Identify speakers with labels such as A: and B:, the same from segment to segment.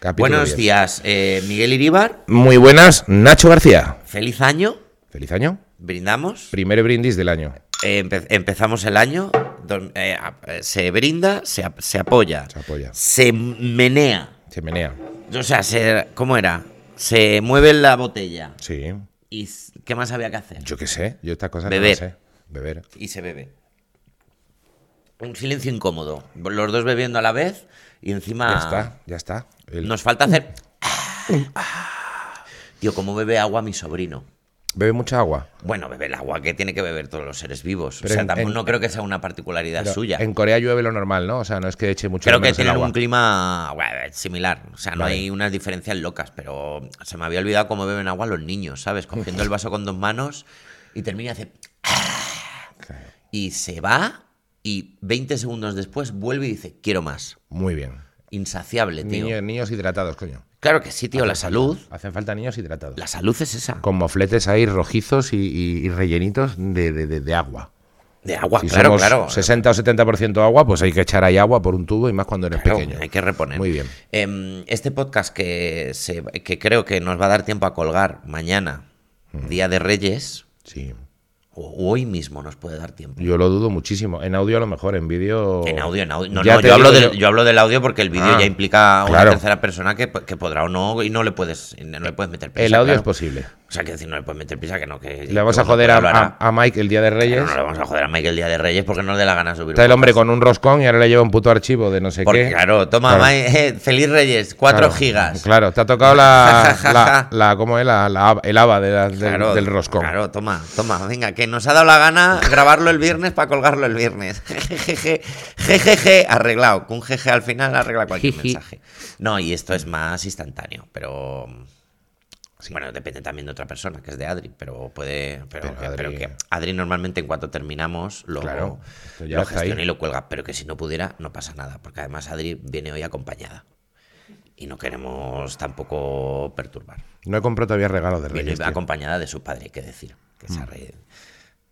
A: Capítulo
B: Buenos
A: 10.
B: días, eh, Miguel Iríbar.
A: Muy buenas, Nacho García.
B: Feliz año.
A: Feliz año.
B: Brindamos.
A: Primer brindis del año.
B: Eh, empe- empezamos el año. don- eh, a- eh, se brinda, se, ap- se apoya.
A: Se apoya.
B: Se menea.
A: Se menea.
B: O sea, se, ¿cómo era? Se mueve la botella.
A: Sí.
B: ¿Y s- qué más había que hacer?
A: Yo qué sé. Yo estas cosas
B: Beber.
A: no las sé. Beber.
B: Y se bebe. Un silencio incómodo. Los dos bebiendo a la vez y encima...
A: Ya está, ya está. El- Mm.
B: Nos falta hacer... Tío, ¿cómo bebe agua mi sobrino?
A: Bebe mucha agua.
B: Bueno, bebe el agua que tiene que beber todos los seres vivos.
A: Pero
B: o sea,
A: en-
B: tampoco,
A: en-
B: no creo que sea una particularidad
A: Pero
B: suya.
A: En Corea llueve lo normal, ¿no? O sea, no es que eche mucho
B: creo
A: de
B: que
A: menos el
B: tienen
A: agua.
B: un clima bueno, similar. O sea, no
A: Vale.
B: hay unas diferencias locas, pero se me había olvidado cómo beben agua los niños, ¿sabes? Cogiendo el vaso con dos manos y termina y hace... Y se va y 20 segundos después vuelve y dice, quiero más.
A: Muy bien.
B: Insaciable, tío.
A: Niños, niños hidratados, coño.
B: Claro que sí, tío, la salud.
A: Hacen falta niños hidratados.
B: La salud es esa.
A: Con mofletes ahí rojizos y, y- y rellenitos de, de- de- de agua.
B: De agua,
A: Si
B: Ah, claro,
A: somos
B: claro.
A: 60 o 70% agua, pues hay que echar ahí agua por un tubo y más cuando eres
B: Claro,
A: pequeño.
B: Hay que reponer.
A: Muy bien.
B: Em, este podcast que, se- que creo que nos va a dar tiempo a colgar mañana,
A: Mm.
B: Día de Reyes,
A: Sí.
B: o hoy mismo nos puede dar tiempo.
A: Yo lo dudo muchísimo. En audio a lo mejor, en vídeo.
B: En audio, en audio. No,
A: Oh. Ya
B: no,
A: te
B: yo hablo,
A: digo
B: del, yo hablo del audio porque el vídeo
A: Ah,
B: ya implica a una
A: claro.
B: tercera persona que, que podrá o no, y no le puedes, no le puedes meter prisa.
A: El audio
B: claro.
A: es posible.
B: O sea, que decir, no le puedes meter prisa, que no, que.
A: Le vamos
B: que
A: a
B: bueno,
A: joder a,
B: lo hará.
A: a- a Mike el día de Reyes.
B: Pero no le vamos a joder a Mike el día de Reyes porque no le da ganas subir.
A: Está el
B: un
A: hombre con un roscón y ahora le lleva un puto archivo de no sé
B: Porque,
A: qué.
B: claro, toma,
A: Claro.
B: Mike, eh, feliz Reyes, 4
A: Claro,
B: gigas.
A: Claro, te ha tocado la. la, la- ¿Cómo es? La, la hab- el haba de la- del,
B: Claro,
A: del roscón.
B: Claro, toma, toma, venga, que nos ha dado la gana grabarlo el viernes para colgarlo el viernes. Jejeje, jejeje, arreglado. Con un jeje al final arregla cualquier
A: Jiji.
B: mensaje. No, y esto es más instantáneo, pero. Bueno, depende también de otra persona, que es de Adri, pero puede. Pero,
A: Pero
B: que,
A: Adri-
B: pero que Adri normalmente en cuanto terminamos lo,
A: Claro, esto ya
B: lo
A: está ahí.
B: gestiona y lo cuelga, pero que si no pudiera no pasa nada, porque además Adri viene hoy acompañada. Y no queremos tampoco perturbar.
A: No he comprado todavía regalo de
B: Viene
A: Reyes. tío.
B: acompañada de su padre, hay que decir, que se ha reído.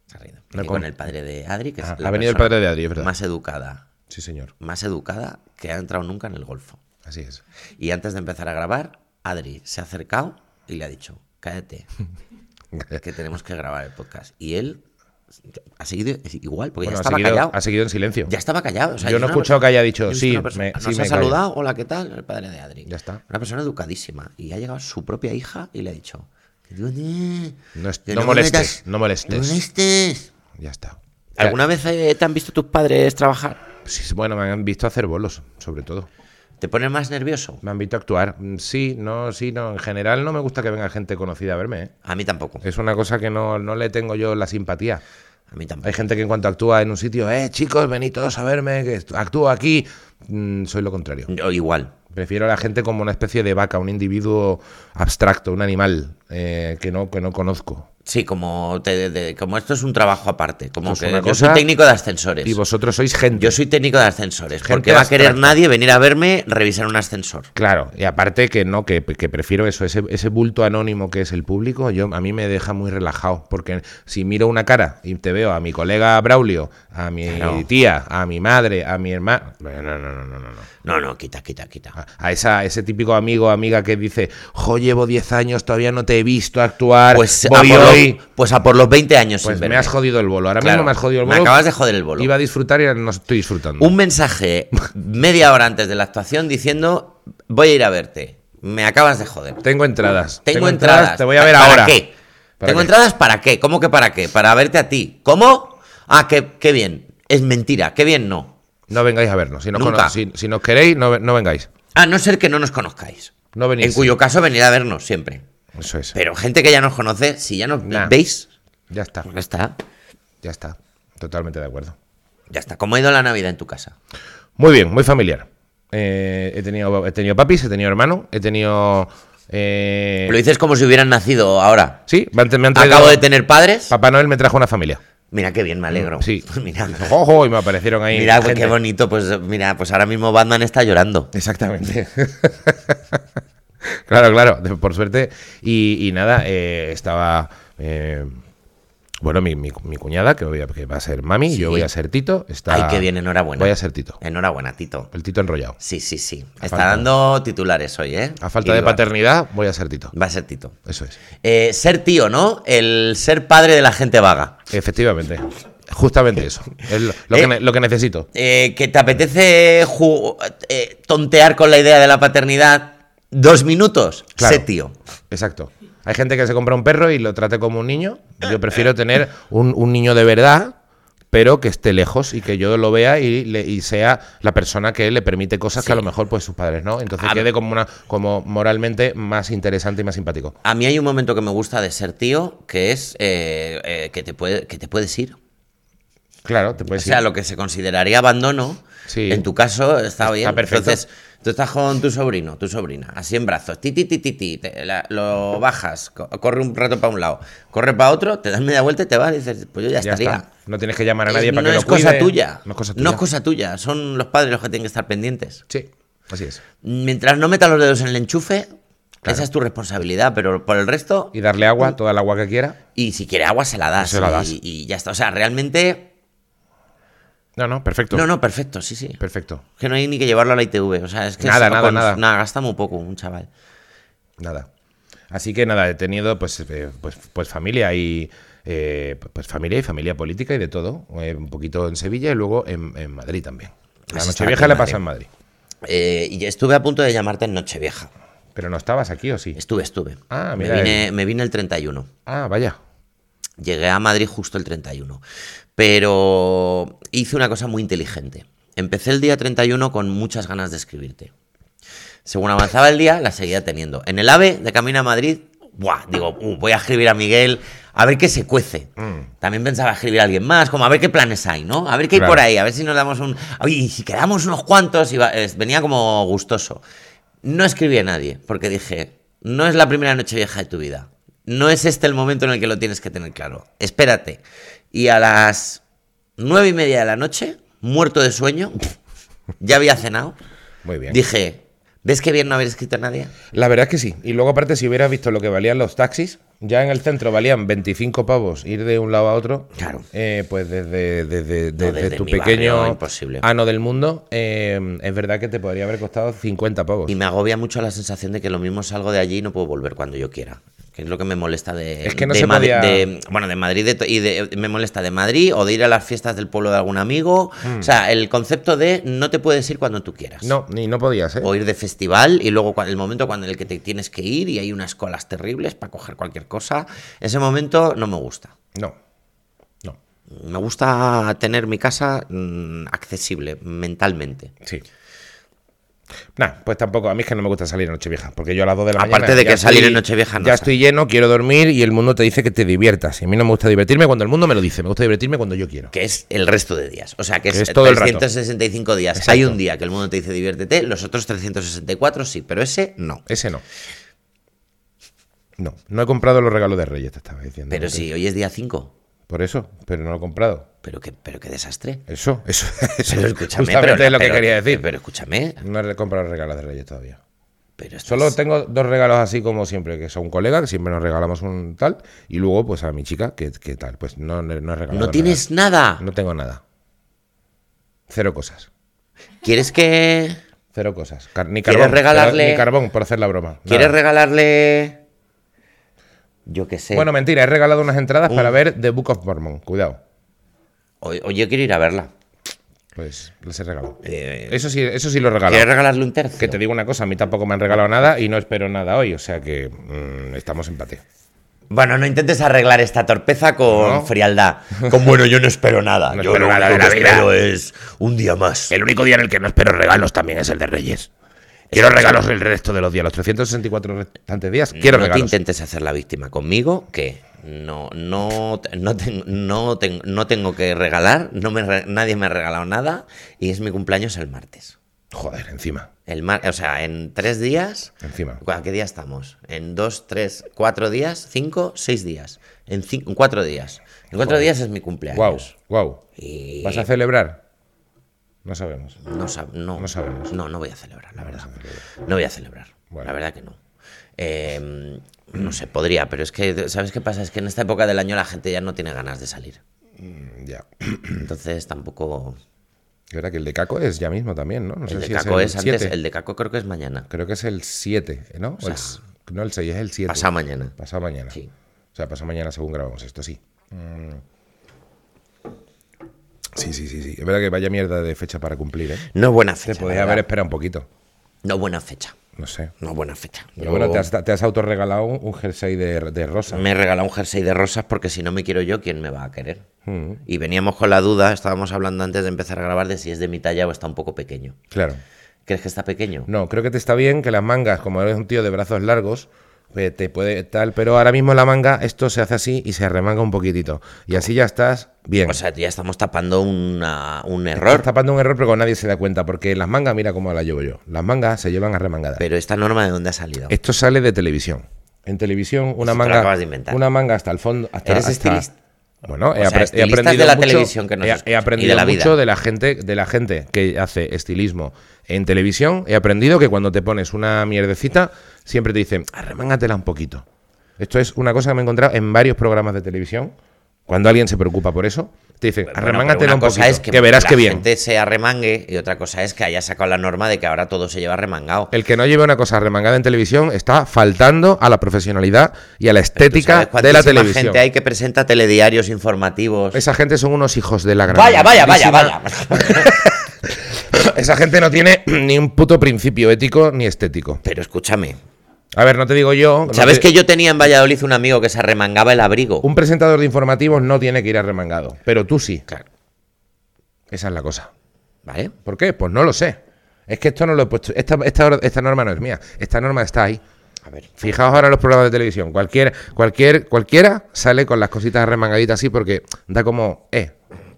B: Se ha reído.
A: Mm. No
B: Que
A: con-
B: con el padre de Adri, que es
A: Ah,
B: la
A: ha venido el
B: persona
A: padre de Adri, es verdad.
B: más educada,
A: Sí, señor.
B: más educada que ha entrado nunca en el golfo.
A: Así es.
B: Y antes de empezar a grabar, Adri se ha acercado y le ha dicho, cállate, que tenemos que grabar el podcast. Y él ha seguido igual, porque
A: Bueno,
B: ya
A: ha,
B: estaba
A: seguido,
B: callado.
A: ha seguido en silencio.
B: Ya estaba callado. o sea,
A: Yo no he
B: una
A: escuchado
B: persona-
A: que haya dicho,
B: yo he visto
A: sí,
B: una persona-
A: me-
B: nos
A: sí
B: ha
A: me callo.
B: saludado, hola, ¿qué tal? El padre de Adri.
A: Ya está.
B: Una persona educadísima. Y ha llegado su propia hija y le ha dicho... que tú
A: No es-
B: que
A: no
B: me
A: molestes,
B: metas-
A: no molestes.
B: no molestes.
A: Ya está.
B: ¿Alguna vez eh, te han visto tus padres trabajar?
A: Sí, bueno, me han visto hacer bolos, sobre todo.
B: ¿Te pone más nervioso?
A: Me han visto actuar. Mm, Sí, no, sí, no. En general no me gusta que venga gente conocida a verme. ¿eh?
B: A mí tampoco.
A: Es una cosa que no, no le tengo yo la simpatía.
B: A mí tampoco.
A: Hay gente que en cuanto actúa en un sitio, eh, chicos, venid todos a verme, que est- actúo aquí. Mm, soy lo contrario.
B: Yo igual.
A: Prefiero a la gente como una especie de vaca, un individuo abstracto, un animal eh, que, no, que no conozco.
B: Sí, como, te- de- como esto es un trabajo aparte. Como
A: Esto
B: que
A: es una
B: yo soy
A: cosa-
B: técnico de ascensores.
A: Y vosotros sois gente.
B: Yo soy técnico de ascensores.
A: Gente
B: porque va a querer
A: abstracta.
B: nadie venir a verme revisar un ascensor.
A: Claro, y aparte que no, que, que prefiero eso, ese, ese bulto anónimo que es el público, yo a mí me deja muy relajado, porque si miro una cara y te veo a mi colega Braulio, a mi
B: Claro.
A: tía, a mi madre, a mi hermano, no, no, no, no, no, no.
B: No, no, quita, quita, quita.
A: A, a esa, ese típico amigo o amiga que dice, jo, llevo 10 años, todavía no te he visto actuar,
B: Pues a,
A: voy
B: por
A: hoy,
B: los, pues a por los 20 años
A: pues
B: sin
A: me
B: verme.
A: has jodido el bolo, ahora
B: Claro,
A: mismo me has jodido el
B: me
A: bolo.
B: acabas de joder el bolo.
A: Iba a disfrutar y ahora no estoy disfrutando.
B: Un mensaje media hora antes de la actuación diciendo, voy a ir a verte. Me acabas de joder.
A: Tengo entradas.
B: Tengo, entradas.
A: Te voy a ver
B: ¿Para
A: ahora.
B: qué?
A: ¿Para
B: ¿Tengo
A: qué?
B: entradas para qué? ¿Cómo que para qué? Para verte a ti. ¿Cómo? Ah, qué, qué bien. Es mentira. Qué bien no.
A: No vengáis a vernos. Si, no
B: Nunca.
A: cono- si, si nos queréis, no, ve- no vengáis.
B: A no ser que no nos conozcáis.
A: No venís.
B: En cuyo caso venid a vernos siempre.
A: Eso es.
B: Pero gente que ya nos conoce, si ya nos
A: Nah.
B: veis,
A: Ya está,
B: pues ya está.
A: ya está. Totalmente de acuerdo.
B: Ya está. ¿Cómo ha ido la Navidad en tu casa?
A: Muy bien, muy familiar. Eh, he, tenido, he tenido papis, he tenido hermano, he tenido. eh,
B: Lo dices como si hubieran nacido ahora.
A: sí, me han, me han traído.
B: Acabo de tener padres.
A: Papá Noel me trajo una familia.
B: Mira qué bien, me alegro.
A: Sí.
B: Mira,
A: Ojo, y me aparecieron ahí.
B: mira pues,
A: gente.
B: qué bonito. Pues mira, pues ahora mismo Batman está llorando.
A: Exactamente. claro, claro, de- por suerte. Y, y nada, eh, estaba eh, Bueno, mi, mi, mi cuñada, que, voy a- que va a ser mami,
B: Sí.
A: yo voy a ser Tito. Está...
B: Ay, qué bien, enhorabuena. Eh,
A: Voy a ser Tito.
B: Enhorabuena, Tito.
A: El Tito enrollado.
B: Sí, sí, sí. Está
A: falta-
B: dando titulares hoy, ¿eh?
A: A falta
B: Y
A: de
B: va-
A: paternidad, voy a ser Tito.
B: Va a ser Tito.
A: Eso es.
B: Eh, ser tío, ¿no? El ser padre de la gente vaga.
A: Efectivamente. Justamente eso. Es lo, lo
B: Eh.
A: que, ne- lo que necesito.
B: Eh, que te apetece ju- eh, tontear con la idea de la paternidad dos minutos.
A: Claro.
B: Sé tío.
A: Exacto. Hay gente que se compra un perro y lo trate como un niño. Yo prefiero tener un, un niño de verdad, pero que esté lejos y que yo lo vea y, le- y sea la persona que le permite cosas que a lo mejor pues sus padres no. Entonces
B: A ver.
A: quede como una como moralmente más interesante y más simpático.
B: A mí hay un momento que me gusta de ser tío, que es eh, eh, que, te puede- que te puedes ir.
A: Claro, te
B: Pues O
A: puedes
B: sea,
A: ir.
B: lo que se consideraría abandono,
A: Sí.
B: en tu caso está bien.
A: perfecto.
B: Entonces, tú estás con tu sobrino, tu sobrina, así en brazos, ti, ti, ti, ti, ti, te- la- lo bajas, co- corre un rato para un lado, corre para otro, te das media vuelta y te vas y dices, pues yo ya,
A: Ya
B: estaría.
A: está. No tienes que llamar a nadie
B: Es-
A: para
B: no
A: que
B: es
A: lo cuide.
B: cosa tuya.
A: No es cosa tuya.
B: No es cosa tuya. Son los padres los que tienen que estar pendientes.
A: Sí, así es.
B: Mientras no metas los dedos en el enchufe,
A: Claro.
B: esa es tu responsabilidad, pero por el resto,
A: Y darle agua, toda el agua que quiera.
B: y si quiere agua, se la das.
A: Se la das.
B: Y, y ya está. O sea, realmente.
A: No, no, perfecto.
B: No, no, perfecto, sí, sí.
A: Perfecto.
B: Que no hay ni que llevarlo a la ITV. O sea, es que
A: Nada,
B: se va
A: nada, nada.
B: gasta muy poco un chaval.
A: Nada. Así que nada, he tenido pues, eh, pues, pues familia y eh, pues familia y familia política y de todo. Eh, un poquito en Sevilla y luego en, en Madrid también. La
B: Has
A: noche
B: estado
A: vieja
B: aquí en
A: la pasa en Madrid.
B: Eh, y estuve a punto de llamarte en Nochevieja.
A: Pero no estabas aquí o sí.
B: Estuve, estuve.
A: Ah,
B: me,
A: mira
B: vine, me vine el 31.
A: Ah, vaya.
B: Llegué a Madrid justo el 31. Pero hice una cosa muy inteligente. Empecé el día 31 con muchas ganas de escribirte. Según avanzaba el día, la seguía teniendo. En el AVE de camino a Madrid, ¡buah! digo, "Uh, voy a escribir a Miguel, a ver qué se cuece. También pensaba escribir a alguien más, como a ver qué planes hay, ¿no? A ver qué hay
A: Claro.
B: por ahí, a ver si nos damos un. Oye, y si quedamos unos cuantos, y va- eh, venía como gustoso. No escribí a nadie, porque dije, no es la primera noche vieja de tu vida. No es este el momento en el que lo tienes que tener claro. Espérate. Y a las nueve y media de la noche, muerto de sueño, ya había cenado.
A: Muy bien.
B: Dije, ¿ves qué bien no haber escrito a nadie?
A: La verdad es que sí. Y luego, aparte, si hubieras visto lo que valían los taxis, ya en el centro valían 25 pavos ir de un lado a otro.
B: Claro.
A: Eh, pues desde, desde, desde
B: desde
A: tu
B: mi barrio,
A: pequeño
B: imposible.
A: ano del mundo, eh, es verdad que te podría haber costado 50 pavos.
B: Y me agobia mucho la sensación de que lo mismo salgo de allí y no puedo volver cuando yo quiera. Que es lo que me molesta de.
A: Es que no
B: de
A: se
B: Madri-
A: podía-
B: de- bueno, de Madrid de to- y de- me molesta de Madrid o de ir a las fiestas del pueblo de algún amigo. O sea, el concepto de no te puedes ir cuando tú quieras.
A: Mm. No, ni no podías, ¿eh?
B: O ir de festival y luego cua- el momento cuando en el que te tienes que ir y hay unas colas terribles para coger cualquier cosa. Ese momento no me gusta.
A: No. No.
B: Me gusta tener mi casa mm, accesible mentalmente.
A: Sí. Nah, pues tampoco. A mí es que no me gusta salir en Nochevieja, porque yo a las 2 de la mañana.
B: Aparte de
A: ya
B: que salir en Nochevieja no
A: Ya
B: sale.
A: estoy lleno, quiero dormir y el mundo te dice que te diviertas. Y a mí no me gusta divertirme cuando el mundo me lo dice, me gusta divertirme cuando yo quiero.
B: que es el resto de días. O sea, que,
A: Que
B: es,
A: es todo el rato.
B: 365 días.
A: Exacto.
B: Hay un día que el mundo te dice diviértete, los otros 364 sí, pero ese no.
A: Ese no. No, no he comprado los regalos de Reyes, te estaba diciendo.
B: Pero si hoy es día 5,
A: Por eso, pero no lo he comprado.
B: pero qué, pero qué desastre.
A: Eso, eso, eso
B: Pero escúchame,
A: justamente
B: pero,
A: es lo que
B: pero-
A: quería decir.
B: Pero escúchame,
A: No he comprado regalos de Reyes todavía.
B: pero esto
A: Solo
B: es-
A: tengo dos regalos así como siempre, que son un colega, que siempre nos regalamos un tal, y luego pues a mi chica, que, que tal, pues no, no he regalado
B: no
A: nada.
B: tienes nada.
A: No tengo nada. Cero cosas.
B: ¿Quieres que
A: Cero cosas. Car- ni
B: ¿Quieres
A: carbón.
B: regalarle-
A: Ni carbón, por hacer la broma.
B: quieres
A: Nada.
B: regalarle yo qué sé?
A: Bueno, mentira, he regalado unas entradas
B: Uh.
A: para ver The Book of Mormon. Cuidado.
B: o, o yo quiero ir a verla.
A: Pues les he regalado.
B: Eh,
A: Eso sí, eso sí lo he regalado.
B: ¿Quieres regalarle un tercio?
A: Que te digo una cosa, a mí tampoco me han regalado nada y no espero nada hoy, o sea que mm, estamos empate.
B: Bueno, no intentes arreglar esta torpeza con
A: No.
B: frialdad. Con bueno, yo no espero nada.
A: No
B: yo
A: espero
B: lo
A: nada
B: único
A: de Eh, la
B: que
A: vida.
B: espero es un día más.
A: El único día en el que no espero regalos también es el de Reyes. Quiero regalos el resto de los días, los 364 restantes días, quiero
B: no
A: regalos.
B: te intentes hacer la víctima conmigo, que no, no, te- no, ten- no, ten- no tengo que regalar, no me re- nadie me ha regalado nada y es mi cumpleaños el martes.
A: Joder, encima,
B: El mar, o sea, en tres días...
A: encima.
B: ¿A qué día estamos? En dos, tres, cuatro días, cinco, seis días. En, cin- en cuatro días. En cuatro días es mi
A: Wow,
B: cumpleaños.
A: wow.
B: Y
A: ¿Vas a celebrar? No sabemos.
B: No, sab- no,
A: No sabemos.
B: No, no voy a celebrar, la verdad. No voy a celebrar.
A: Bueno.
B: La verdad que no. Eh, no sé, podría, pero es que, ¿sabes qué pasa? Es que en esta época del año la gente ya no tiene ganas de salir.
A: Mm, Ya.
B: Entonces tampoco.
A: Y ahora que el de Caco es ya mismo también, ¿no? No
B: el de
A: si
B: Caco es, antes,
A: siete.
B: el de Caco creo que es mañana.
A: Creo que es el 7, ¿no? O
B: sea,
A: el s- no, el 6 es el 7.
B: Pasado mañana.
A: Pasado mañana.
B: Sí.
A: O sea, pasado mañana según grabamos esto, sí. Mm. Sí, sí, sí, sí. Es verdad que vaya mierda de fecha para cumplir, ¿eh?
B: No buena
A: Te
B: fecha.
A: podías
B: la
A: haber
B: verdad.
A: esperado un poquito.
B: No buena fecha.
A: No sé.
B: No buena fecha.
A: Pero
B: Yo
A: bueno, te has, te has autorregalado un jersey de, de rosa.
B: Me he regalado un jersey de rosas porque si no me quiero yo, ¿quién me va a querer?
A: Mm.
B: Y veníamos con la duda, estábamos hablando antes de empezar a grabar de si es de mi talla o está un poco pequeño.
A: Claro.
B: ¿Crees que está pequeño?
A: No, creo que te está bien que las mangas, como eres un tío de brazos largos, eh, te puede tal, pero ahora mismo la manga, esto se hace así y se arremanga un poquitito. Y así ya estás bien.
B: O sea, ya estamos tapando una- un
A: Estás
B: error.
A: tapando un error, pero que nadie se da cuenta, porque las mangas, mira cómo las llevo yo. Las mangas se llevan arremangadas.
B: Pero esta norma de dónde ha salido.
A: Esto sale de televisión. En televisión, una
B: Eso te lo
A: manga.
B: acabas de inventar.
A: Una manga hasta el fondo. Hasta,
B: Eres
A: hasta-
B: estilista.
A: Bueno, he,
B: sea,
A: apre- he
B: estilistas
A: aprendido
B: de la
A: mucho-
B: televisión que nos
A: he- he,
B: escuchan y de
A: aprendido
B: la vida.
A: mucho de la gente, de la gente que hace estilismo en televisión. He aprendido que cuando te pones una mierdecita, siempre te dicen, arremángatela un poquito. Esto es una cosa que me he encontrado en varios programas de televisión. Cuando alguien se preocupa por eso, te dicen,
B: Bueno, pero
A: arremángatela
B: una
A: un
B: cosa
A: poquito.
B: es
A: que, verás
B: la
A: que bien.
B: gente se arremangue y otra cosa es que haya sacado la norma de que ahora todo se lleva remangado.
A: El que no lleve una cosa remangada en televisión está faltando a la profesionalidad y a la estética de la televisión.
B: gente hay que presenta telediarios informativos?
A: Esa gente son unos hijos de la gran.
B: Vaya, vaya, vaya, vaya.
A: Esa gente no tiene ni un puto principio ético ni estético.
B: Pero escúchame,
A: A ver, no te digo yo. no
B: ¿sabes
A: te-
B: que yo tenía en Valladolid un amigo que se arremangaba el abrigo?
A: Un presentador de informativos no tiene que ir arremangado, pero tú sí.
B: Claro,
A: Esa es la cosa.
B: ¿vale?
A: ¿Por qué? Pues no lo sé. Es que esto no lo he puesto. Esta, esta, esta norma no es mía. Esta norma está ahí.
B: A ver.
A: Fijaos ahora en los programas de televisión. Cualquier, cualquier, cualquiera sale con las cositas arremangaditas así porque da como. Eh.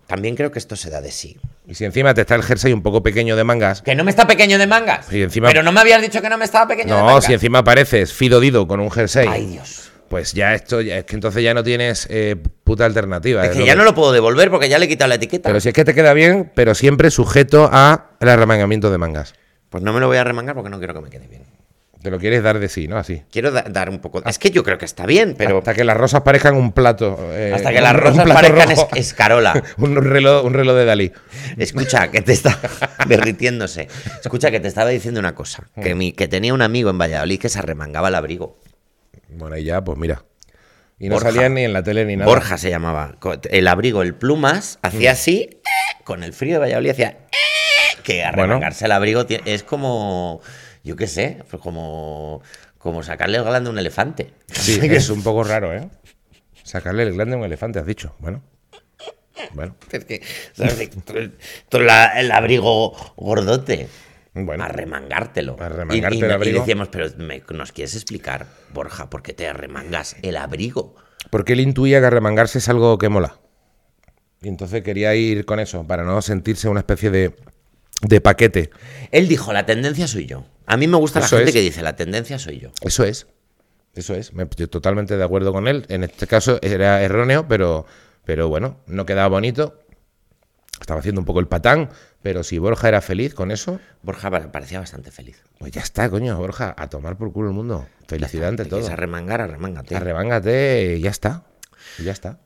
B: También creo que esto se da de sí.
A: Y si encima te está el jersey un poco pequeño de mangas.
B: Que no me está pequeño de mangas.
A: Y encima-
B: Pero no me habías dicho que no me estaba pequeño de
A: No,
B: mangas.
A: si encima pareces Fido Dido con un jersey.
B: Ay, Dios.
A: Pues ya esto, ya, es que entonces ya no tienes eh, puta alternativa.
B: Es
A: es
B: que
A: lo
B: ya
A: que-
B: no lo puedo devolver porque ya le he quitado la etiqueta.
A: Pero si es que te queda bien, pero siempre sujeto a el arremangamiento de mangas.
B: Pues no me lo voy a remangar porque no quiero que me quede bien.
A: Te lo quieres dar de sí, ¿no? Así.
B: Quiero da- dar un poco. Es que yo creo que está bien, pero
A: hasta que las rosas parezcan un plato. eh,
B: hasta que
A: un-
B: las
A: un
B: rosas
A: plato
B: parezcan es-
A: rojo.
B: escarola.
A: un, reloj, un reloj de Dalí.
B: Escucha, que te está derritiéndose. Escucha, que te estaba diciendo una cosa. Que,
A: Mm.
B: mi, que tenía un amigo en Valladolid que se arremangaba el abrigo.
A: Bueno, y ya, pues mira. Y no
B: Borja.
A: salían ni en la tele ni nada. Mm.
B: Borja se llamaba. Co- El abrigo, el plumas, hacía así, eh, con el frío de Valladolid hacía... eh, que arremangarse el abrigo tie- es como... Yo qué sé, pues como... Como sacarle el galán de un elefante.
A: Sí, es un poco raro, ¿eh? Sacarle el glande a un elefante, has dicho. Bueno. Bueno.
B: Es que, ¿sabes? Tú- tú la- el abrigo gordote.
A: Bueno.
B: Arremangártelo.
A: Arremangarte
B: Y- y,
A: el
B: y
A: abrigo.
B: decíamos, pero me- ¿nos quieres explicar, Borja, por qué te arremangas el abrigo?
A: Porque él intuía que arremangarse es algo que mola. Y entonces quería ir con eso, para no sentirse una especie de, de paquete.
B: Él dijo, la tendencia soy yo. A mí me gusta
A: Eso
B: la gente
A: es.
B: que dice, la tendencia soy yo.
A: Eso es. Eso es. Me- yo totalmente de acuerdo con él. En este caso era erróneo, pero, pero bueno, no quedaba bonito. Estaba haciendo un poco el patán, pero si Borja era feliz con eso,
B: Borja pa- parecía bastante feliz.
A: pues ya está, coño, Borja, a tomar por culo el mundo. Felicidad ante
B: Te quieres
A: todo.
B: arremangar, arremángate.
A: Arremángate y ya está. Y ya está.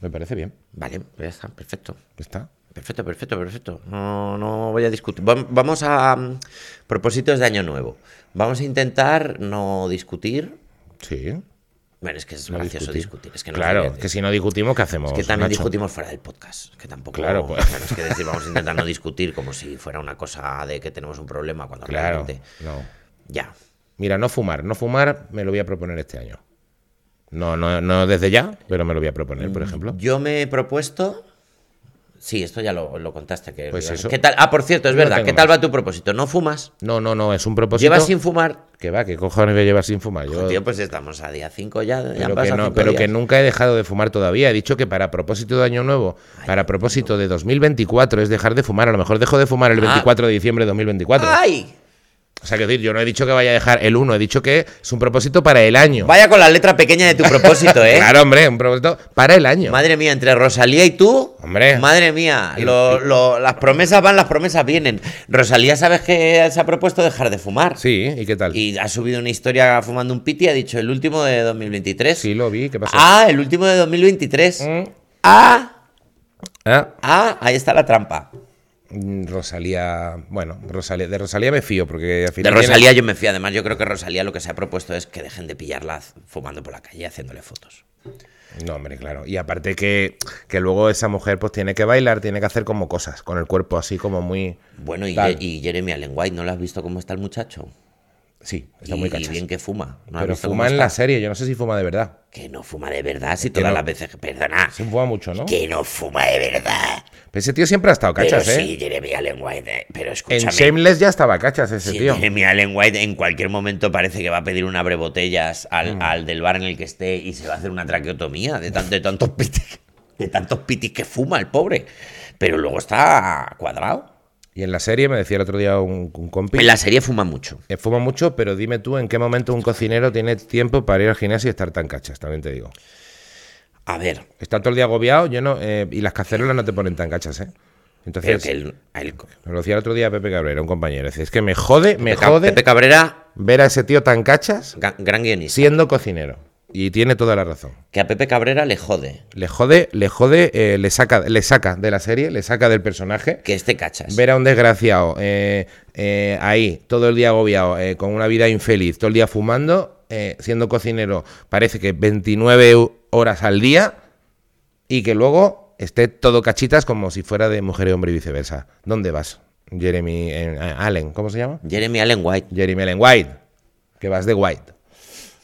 A: Me parece bien.
B: vale, pues ya está, perfecto.
A: Ya está.
B: Perfecto, perfecto, perfecto. No, no voy a discutir. Vam- Vamos a mm, propósitos de año nuevo. Vamos a intentar no discutir.
A: Sí.
B: Bueno, es que es
A: No
B: gracioso
A: discutir.
B: discutir. Es que no
A: claro,
B: sabía-
A: que si no discutimos, ¿qué hacemos?
B: Es que también
A: Nacho?
B: discutimos fuera del podcast. Que tampoco.
A: Claro, pues.
B: claro, es que decir, vamos a intentar no discutir como si fuera una cosa de que tenemos un problema cuando
A: Claro.
B: realmente.
A: No.
B: Ya.
A: Mira, no fumar. No fumar me lo voy a proponer este año. No, no, no desde ya, pero me lo voy a proponer, por ejemplo.
B: Yo me he propuesto. Sí, esto ya lo, lo contaste. Que
A: Pues eso.
B: ¿Qué tal? Ah, por cierto, es
A: Yo no
B: verdad.
A: tengo
B: ¿Qué tal
A: más.
B: va tu propósito? ¿No fumas?
A: No, no, no, es un propósito.
B: ¿Llevas sin fumar?
A: Que va, que cojones voy a llevar sin fumar. Yo-
B: Tío, pues estamos a día 5 ya. ya han
A: pero que,
B: pasado
A: no,
B: cinco
A: pero
B: días.
A: que nunca he dejado de fumar todavía. He dicho que para propósito de Año Nuevo, para propósito de 2024 es dejar de fumar. A lo mejor dejo de fumar el
B: Ah.
A: 24 de diciembre de 2024.
B: ¡Ay!
A: O sea, que decir, yo no he dicho que vaya a dejar el 1, he dicho que es un propósito para el año.
B: Vaya con la letra pequeña de tu propósito, ¿eh?
A: Claro, hombre, un propósito para el año.
B: Madre mía, entre Rosalía y tú.
A: Hombre.
B: Madre mía, lo- lo- las promesas van, las promesas vienen. Rosalía, sabes que se ha propuesto dejar de fumar.
A: Sí, ¿y qué tal?
B: Y ha subido una historia fumando un piti y ha dicho el último de 2023.
A: Sí, lo vi, ¿qué pasó?
B: Ah, el último de 2023.
A: Mm.
B: Ah,
A: Ah,
B: ah, ahí está la trampa.
A: mm, Rosalía, bueno, Rosalía, de Rosalía me fío porque al
B: De
A: final tiene-
B: Rosalía yo me fío. Además, yo creo que Rosalía lo que se ha propuesto es que dejen de pillarla fumando por la calle haciéndole fotos.
A: No, hombre, claro. Y aparte que, que luego esa mujer pues tiene que bailar, tiene que hacer como cosas, con el cuerpo así como muy...
B: Bueno, y,
A: Tal.
B: y Jeremy Allen White, ¿no lo has visto cómo está el muchacho?
A: Sí, está
B: y,
A: muy
B: y
A: cachas.
B: bien que fuma. ¿No has
A: Pero
B: visto cómo
A: fuma en
B: está?
A: la serie, yo no sé si fuma de verdad.
B: Que no fuma de verdad, si
A: que
B: todas
A: no.
B: las veces que. Perdona.
A: Sí fuma mucho, ¿no?
B: Que no fuma de verdad.
A: Pero ese tío siempre ha estado cachas,
B: pero
A: ¿eh?
B: sí, Jeremy Allen White. eh, Pero
A: en
B: escúchame.
A: Shameless ya estaba cachas ese
B: si
A: tío.
B: Jeremy Allen White en cualquier momento parece que va a pedir un abrebotellas al,
A: Mm.
B: al del bar en el que esté y se va a hacer una traqueotomía de, tan- de tantos pitis. De tantos pitis que fuma el pobre. Pero luego está cuadrado.
A: Y en la serie me decía el otro día un, un compi.
B: En la serie fuma mucho.
A: que Fuma mucho, pero dime tú en qué momento un cocinero tiene tiempo para ir al gimnasio y estar tan cachas, también te digo.
B: A ver,
A: Está todo el día agobiado yo no, eh, y las cacerolas no te ponen tan cachas, ¿eh?
B: creo
A: Entonces,
B: que el, el-
A: Nos lo decía el otro día Pepe Cabrera, un compañero. Dice, es que me jode, me
B: Pepe Ca-
A: jode
B: Pepe Cabrera,
A: ver a ese tío tan cachas
B: ga- gran guionista.
A: siendo cocinero. Y tiene toda la razón.
B: Que a Pepe Cabrera le jode.
A: Le jode, le jode, eh, le, saca, le saca de la serie, le saca del personaje.
B: Que este cachas.
A: Ver a un desgraciado eh, eh, ahí, todo el día agobiado, eh, con una vida infeliz, todo el día fumando, eh, siendo cocinero, parece que 29 eu- horas al día, y que luego esté todo cachitas como si fuera de mujer y hombre y viceversa. ¿Dónde vas? Jeremy eh, Allen, ¿cómo se llama?
B: Jeremy Allen White.
A: Jeremy Allen White, que vas de White.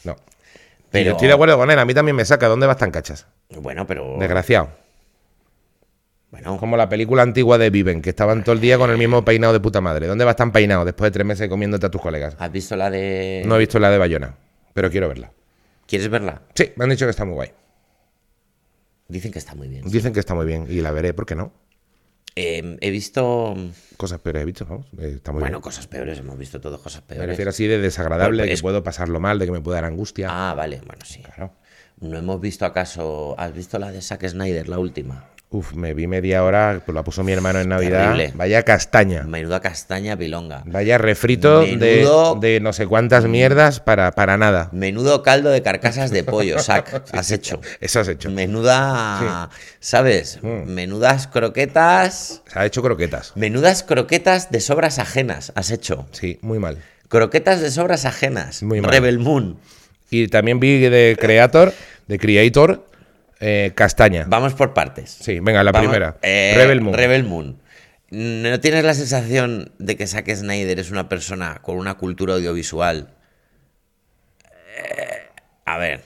A: No.
B: Pero-
A: Pero estoy de acuerdo con él, a mí también me saca. ¿Dónde vas tan cachas?
B: Bueno, pero.
A: Desgraciado.
B: Bueno,
A: Como la película antigua de Viven, que estaban todo el día con el mismo peinado de puta madre. ¿Dónde vas tan peinado después de tres meses comiéndote a tus colegas?
B: ¿has visto la de.
A: No he visto la de Bayona, pero quiero verla.
B: ¿Quieres verla?
A: Sí, me han dicho que está muy guay.
B: Dicen que está muy bien.
A: Dicen que está muy bien y la veré, ¿por qué no?
B: Eh, he visto.
A: Cosas peores he visto, vamos. eh, está muy
B: bueno,
A: bien.
B: cosas peores, hemos visto todos cosas
A: Me
B: peores.
A: refiero así de desagradable,
B: Pero,
A: de que
B: es-
A: puedo pasarlo mal, de que me puede dar angustia.
B: Ah, vale, bueno, sí.
A: Claro.
B: ¿No hemos visto acaso. ¿Has visto la de Zack Snyder, la última?
A: Uf, me vi media hora, pues la puso mi hermano en Navidad.
B: Terrible.
A: Vaya castaña.
B: Menuda castaña pilonga.
A: Vaya refrito de,
B: Menudo-
A: de no sé cuántas mierdas para, para nada.
B: Menudo caldo de carcasas de pollo, Zack, has hecho.
A: Eso has
B: Mm.
A: hecho. Mm.
B: Menuda. ¿Sabes? Menudas croquetas.
A: Se ha hecho croquetas.
B: Menudas croquetas de sobras ajenas, has hecho.
A: Sí, muy mal.
B: Croquetas de sobras ajenas.
A: Muy mal.
B: Rebel Moon.
A: Y también vi de Creator, de Creator, eh, Castaña.
B: Vamos por partes.
A: Sí, venga, la
B: Vamos-
A: primera.
B: eh,
A: Rebel Moon.
B: Rebel Moon. ¿No tienes la sensación de que Zack Snyder es una persona con una cultura audiovisual? Eh, a ver.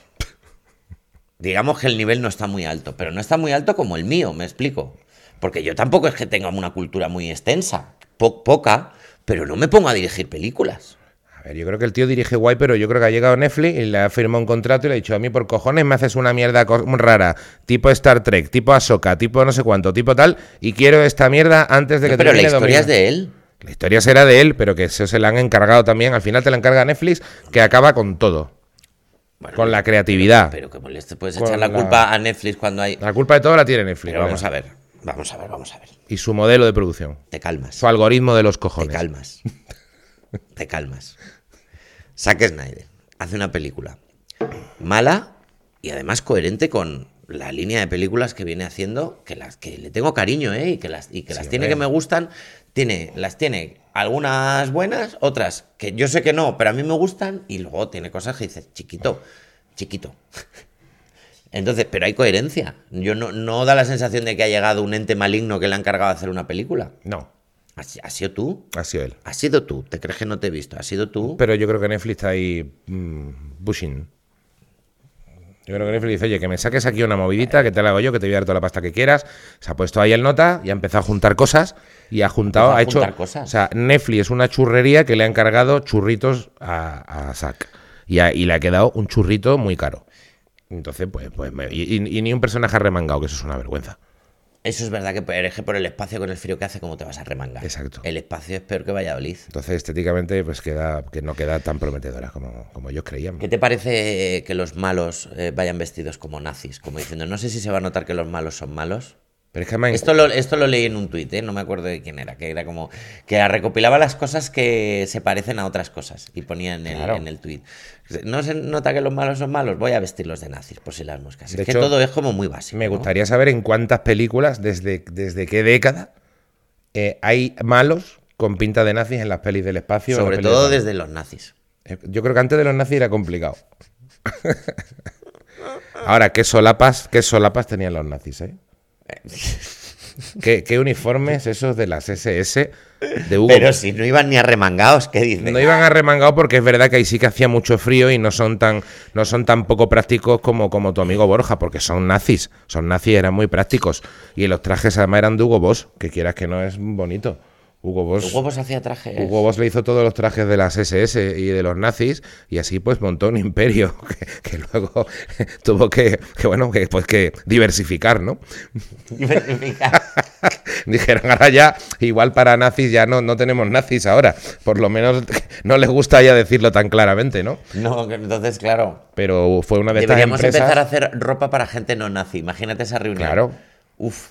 B: Digamos que el nivel no está muy alto, pero no está muy alto como el mío, me explico. Porque yo tampoco es que tenga una cultura muy extensa, po- poca, pero no me pongo a dirigir películas.
A: A ver, yo creo que el tío dirige guay, pero yo creo que ha llegado Netflix y le ha firmado un contrato y le ha dicho a mí por cojones me haces una mierda co- rara, tipo Star Trek, tipo Ahsoka, tipo no sé cuánto, tipo tal, y quiero esta mierda antes de que
B: pero la
A: termine
B: historia es
A: domingo.
B: de él.
A: La historia será de él, pero que eso se la han encargado también. Al final te la encarga Netflix, que acaba con todo.
B: Bueno,
A: con la creatividad.
B: Pero que le puedes
A: Ah. Con
B: echar la
A: la-
B: culpa a Netflix cuando hay...
A: la culpa de todo la tiene Netflix.
B: Pero vamos
A: ¿verdad?
B: a ver, vamos a ver, vamos a ver.
A: Y su modelo de producción.
B: Te calmas.
A: Su algoritmo de los
B: Te
A: cojones.
B: calmas. Te calmas. Zack Snyder hace una película mala y además coherente con la línea de películas que viene haciendo, que las que le tengo cariño, ¿eh? Y que las, y que las tiene que me gustan. Tiene, las tiene algunas buenas, otras que yo sé que no, pero a mí me gustan. Y luego tiene cosas que dices, chiquito, chiquito. Entonces, pero hay coherencia. Yo no, no da la sensación de que ha llegado un ente maligno que le ha encargado de hacer una película.
A: No,
B: Has, has sido tú.
A: ha sido él.
B: Has sido tú. ¿Te crees que no te he visto? Has sido tú.
A: Pero yo creo que Netflix está ahí mm, pushing. Yo creo que Netflix dice, oye, que me saques aquí una movidita, que te la hago yo, que te voy a dar toda la pasta que quieras. Se ha puesto ahí el nota y ha empezado a juntar cosas y ha juntado,
B: Empezó a
A: ha hecho...
B: juntar cosas.
A: O sea, Netflix es una churrería que le ha encargado churritos a, a Zack. Y, a- y le ha quedado un churrito muy caro. Entonces, pues, pues me- y, y- y ni un personaje arremangado, que eso es una vergüenza.
B: Eso es verdad que por el eje- por el espacio con el frío que hace, ¿cómo te vas a remangar?
A: Exacto.
B: El espacio es peor que Valladolid.
A: Entonces, estéticamente, pues queda, que no queda tan prometedora como, como ellos creían.
B: ¿Qué te parece eh, que los malos eh, vayan vestidos como nazis? Como diciendo, no sé si se va a notar que los malos son malos.
A: Pero es que además,
B: Esto lo, esto lo leí en un tuit, ¿eh? no me acuerdo de quién era, que era como que recopilaba las cosas que se parecen a otras cosas y ponía en el,
A: Claro.
B: en el tuit. No se nota que los malos son malos, voy a vestirlos de nazis por si las moscas.
A: De
B: es que
A: hecho,
B: todo es como muy básico.
A: me
B: ¿no?
A: gustaría saber en cuántas películas, desde, desde qué década, eh, hay malos con pinta de nazis en las pelis del espacio. en las
B: Sobre
A: pelis
B: todo
A: de-
B: desde los nazis.
A: Eh, Yo creo que antes de los nazis era complicado. Ahora, ¿qué solapas, qué solapas tenían los nazis, eh? ¿Qué, qué uniformes esos de las SS de Hugo?
B: Pero si no iban ni arremangados, ¿qué dices?
A: No iban arremangados porque es verdad que ahí sí que hacía mucho frío y no son tan, no son tan poco prácticos como, como tu amigo Borja, porque son nazis. Son nazis, eran muy prácticos. Y los trajes además eran de Hugo Boss, que quieras que no es bonito. Hugo Boss.
B: Hugo Boss hacía ¿eh? trajes.
A: Hugo Boss le hizo todos los trajes de las SS y de los nazis y así pues montó un imperio que, que luego tuvo que, que, bueno, que, pues que diversificar, ¿no?
B: Diversificar.
A: Dijeron, ahora ya, igual para nazis ya no, no tenemos nazis ahora. Por lo menos no les gusta ya decirlo tan claramente, ¿no?
B: No, que entonces, claro.
A: Pero fue una de estas
B: Deberíamos
A: empresas...
B: empezar a hacer ropa para gente no nazi. Imagínate esa reunión.
A: Claro.
B: Uf.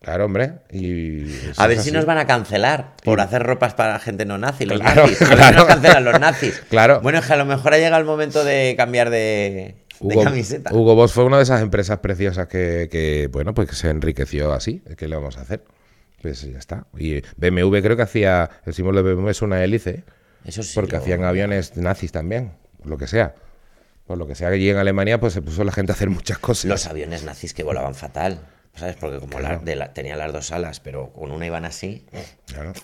A: Claro, hombre. Y
B: A ver
A: es
B: si
A: así.
B: nos van a cancelar por hacer ropas para gente no nazi. Los
A: Claro,
B: nazis. A ver si
A: claro.
B: nos cancelan los nazis.
A: Claro.
B: Bueno, es que a lo mejor ha llegado el momento de cambiar de, de
A: Hugo,
B: camiseta.
A: Hugo Boss fue una de esas empresas preciosas que, que, bueno, pues que se enriqueció así. ¿Qué le vamos a hacer? Pues ya está. Y BMW creo que hacía, el símbolo de BMW es una hélice, ¿eh?
B: Eso sí.
A: porque
B: lo-
A: hacían aviones nazis también, por lo que sea. Por lo que sea, allí en Alemania pues se puso la gente a hacer muchas cosas.
B: Los aviones nazis que volaban fatal. ¿Sabes? Porque como la- de la- tenían las dos alas, pero con una iban así,
A: Claro.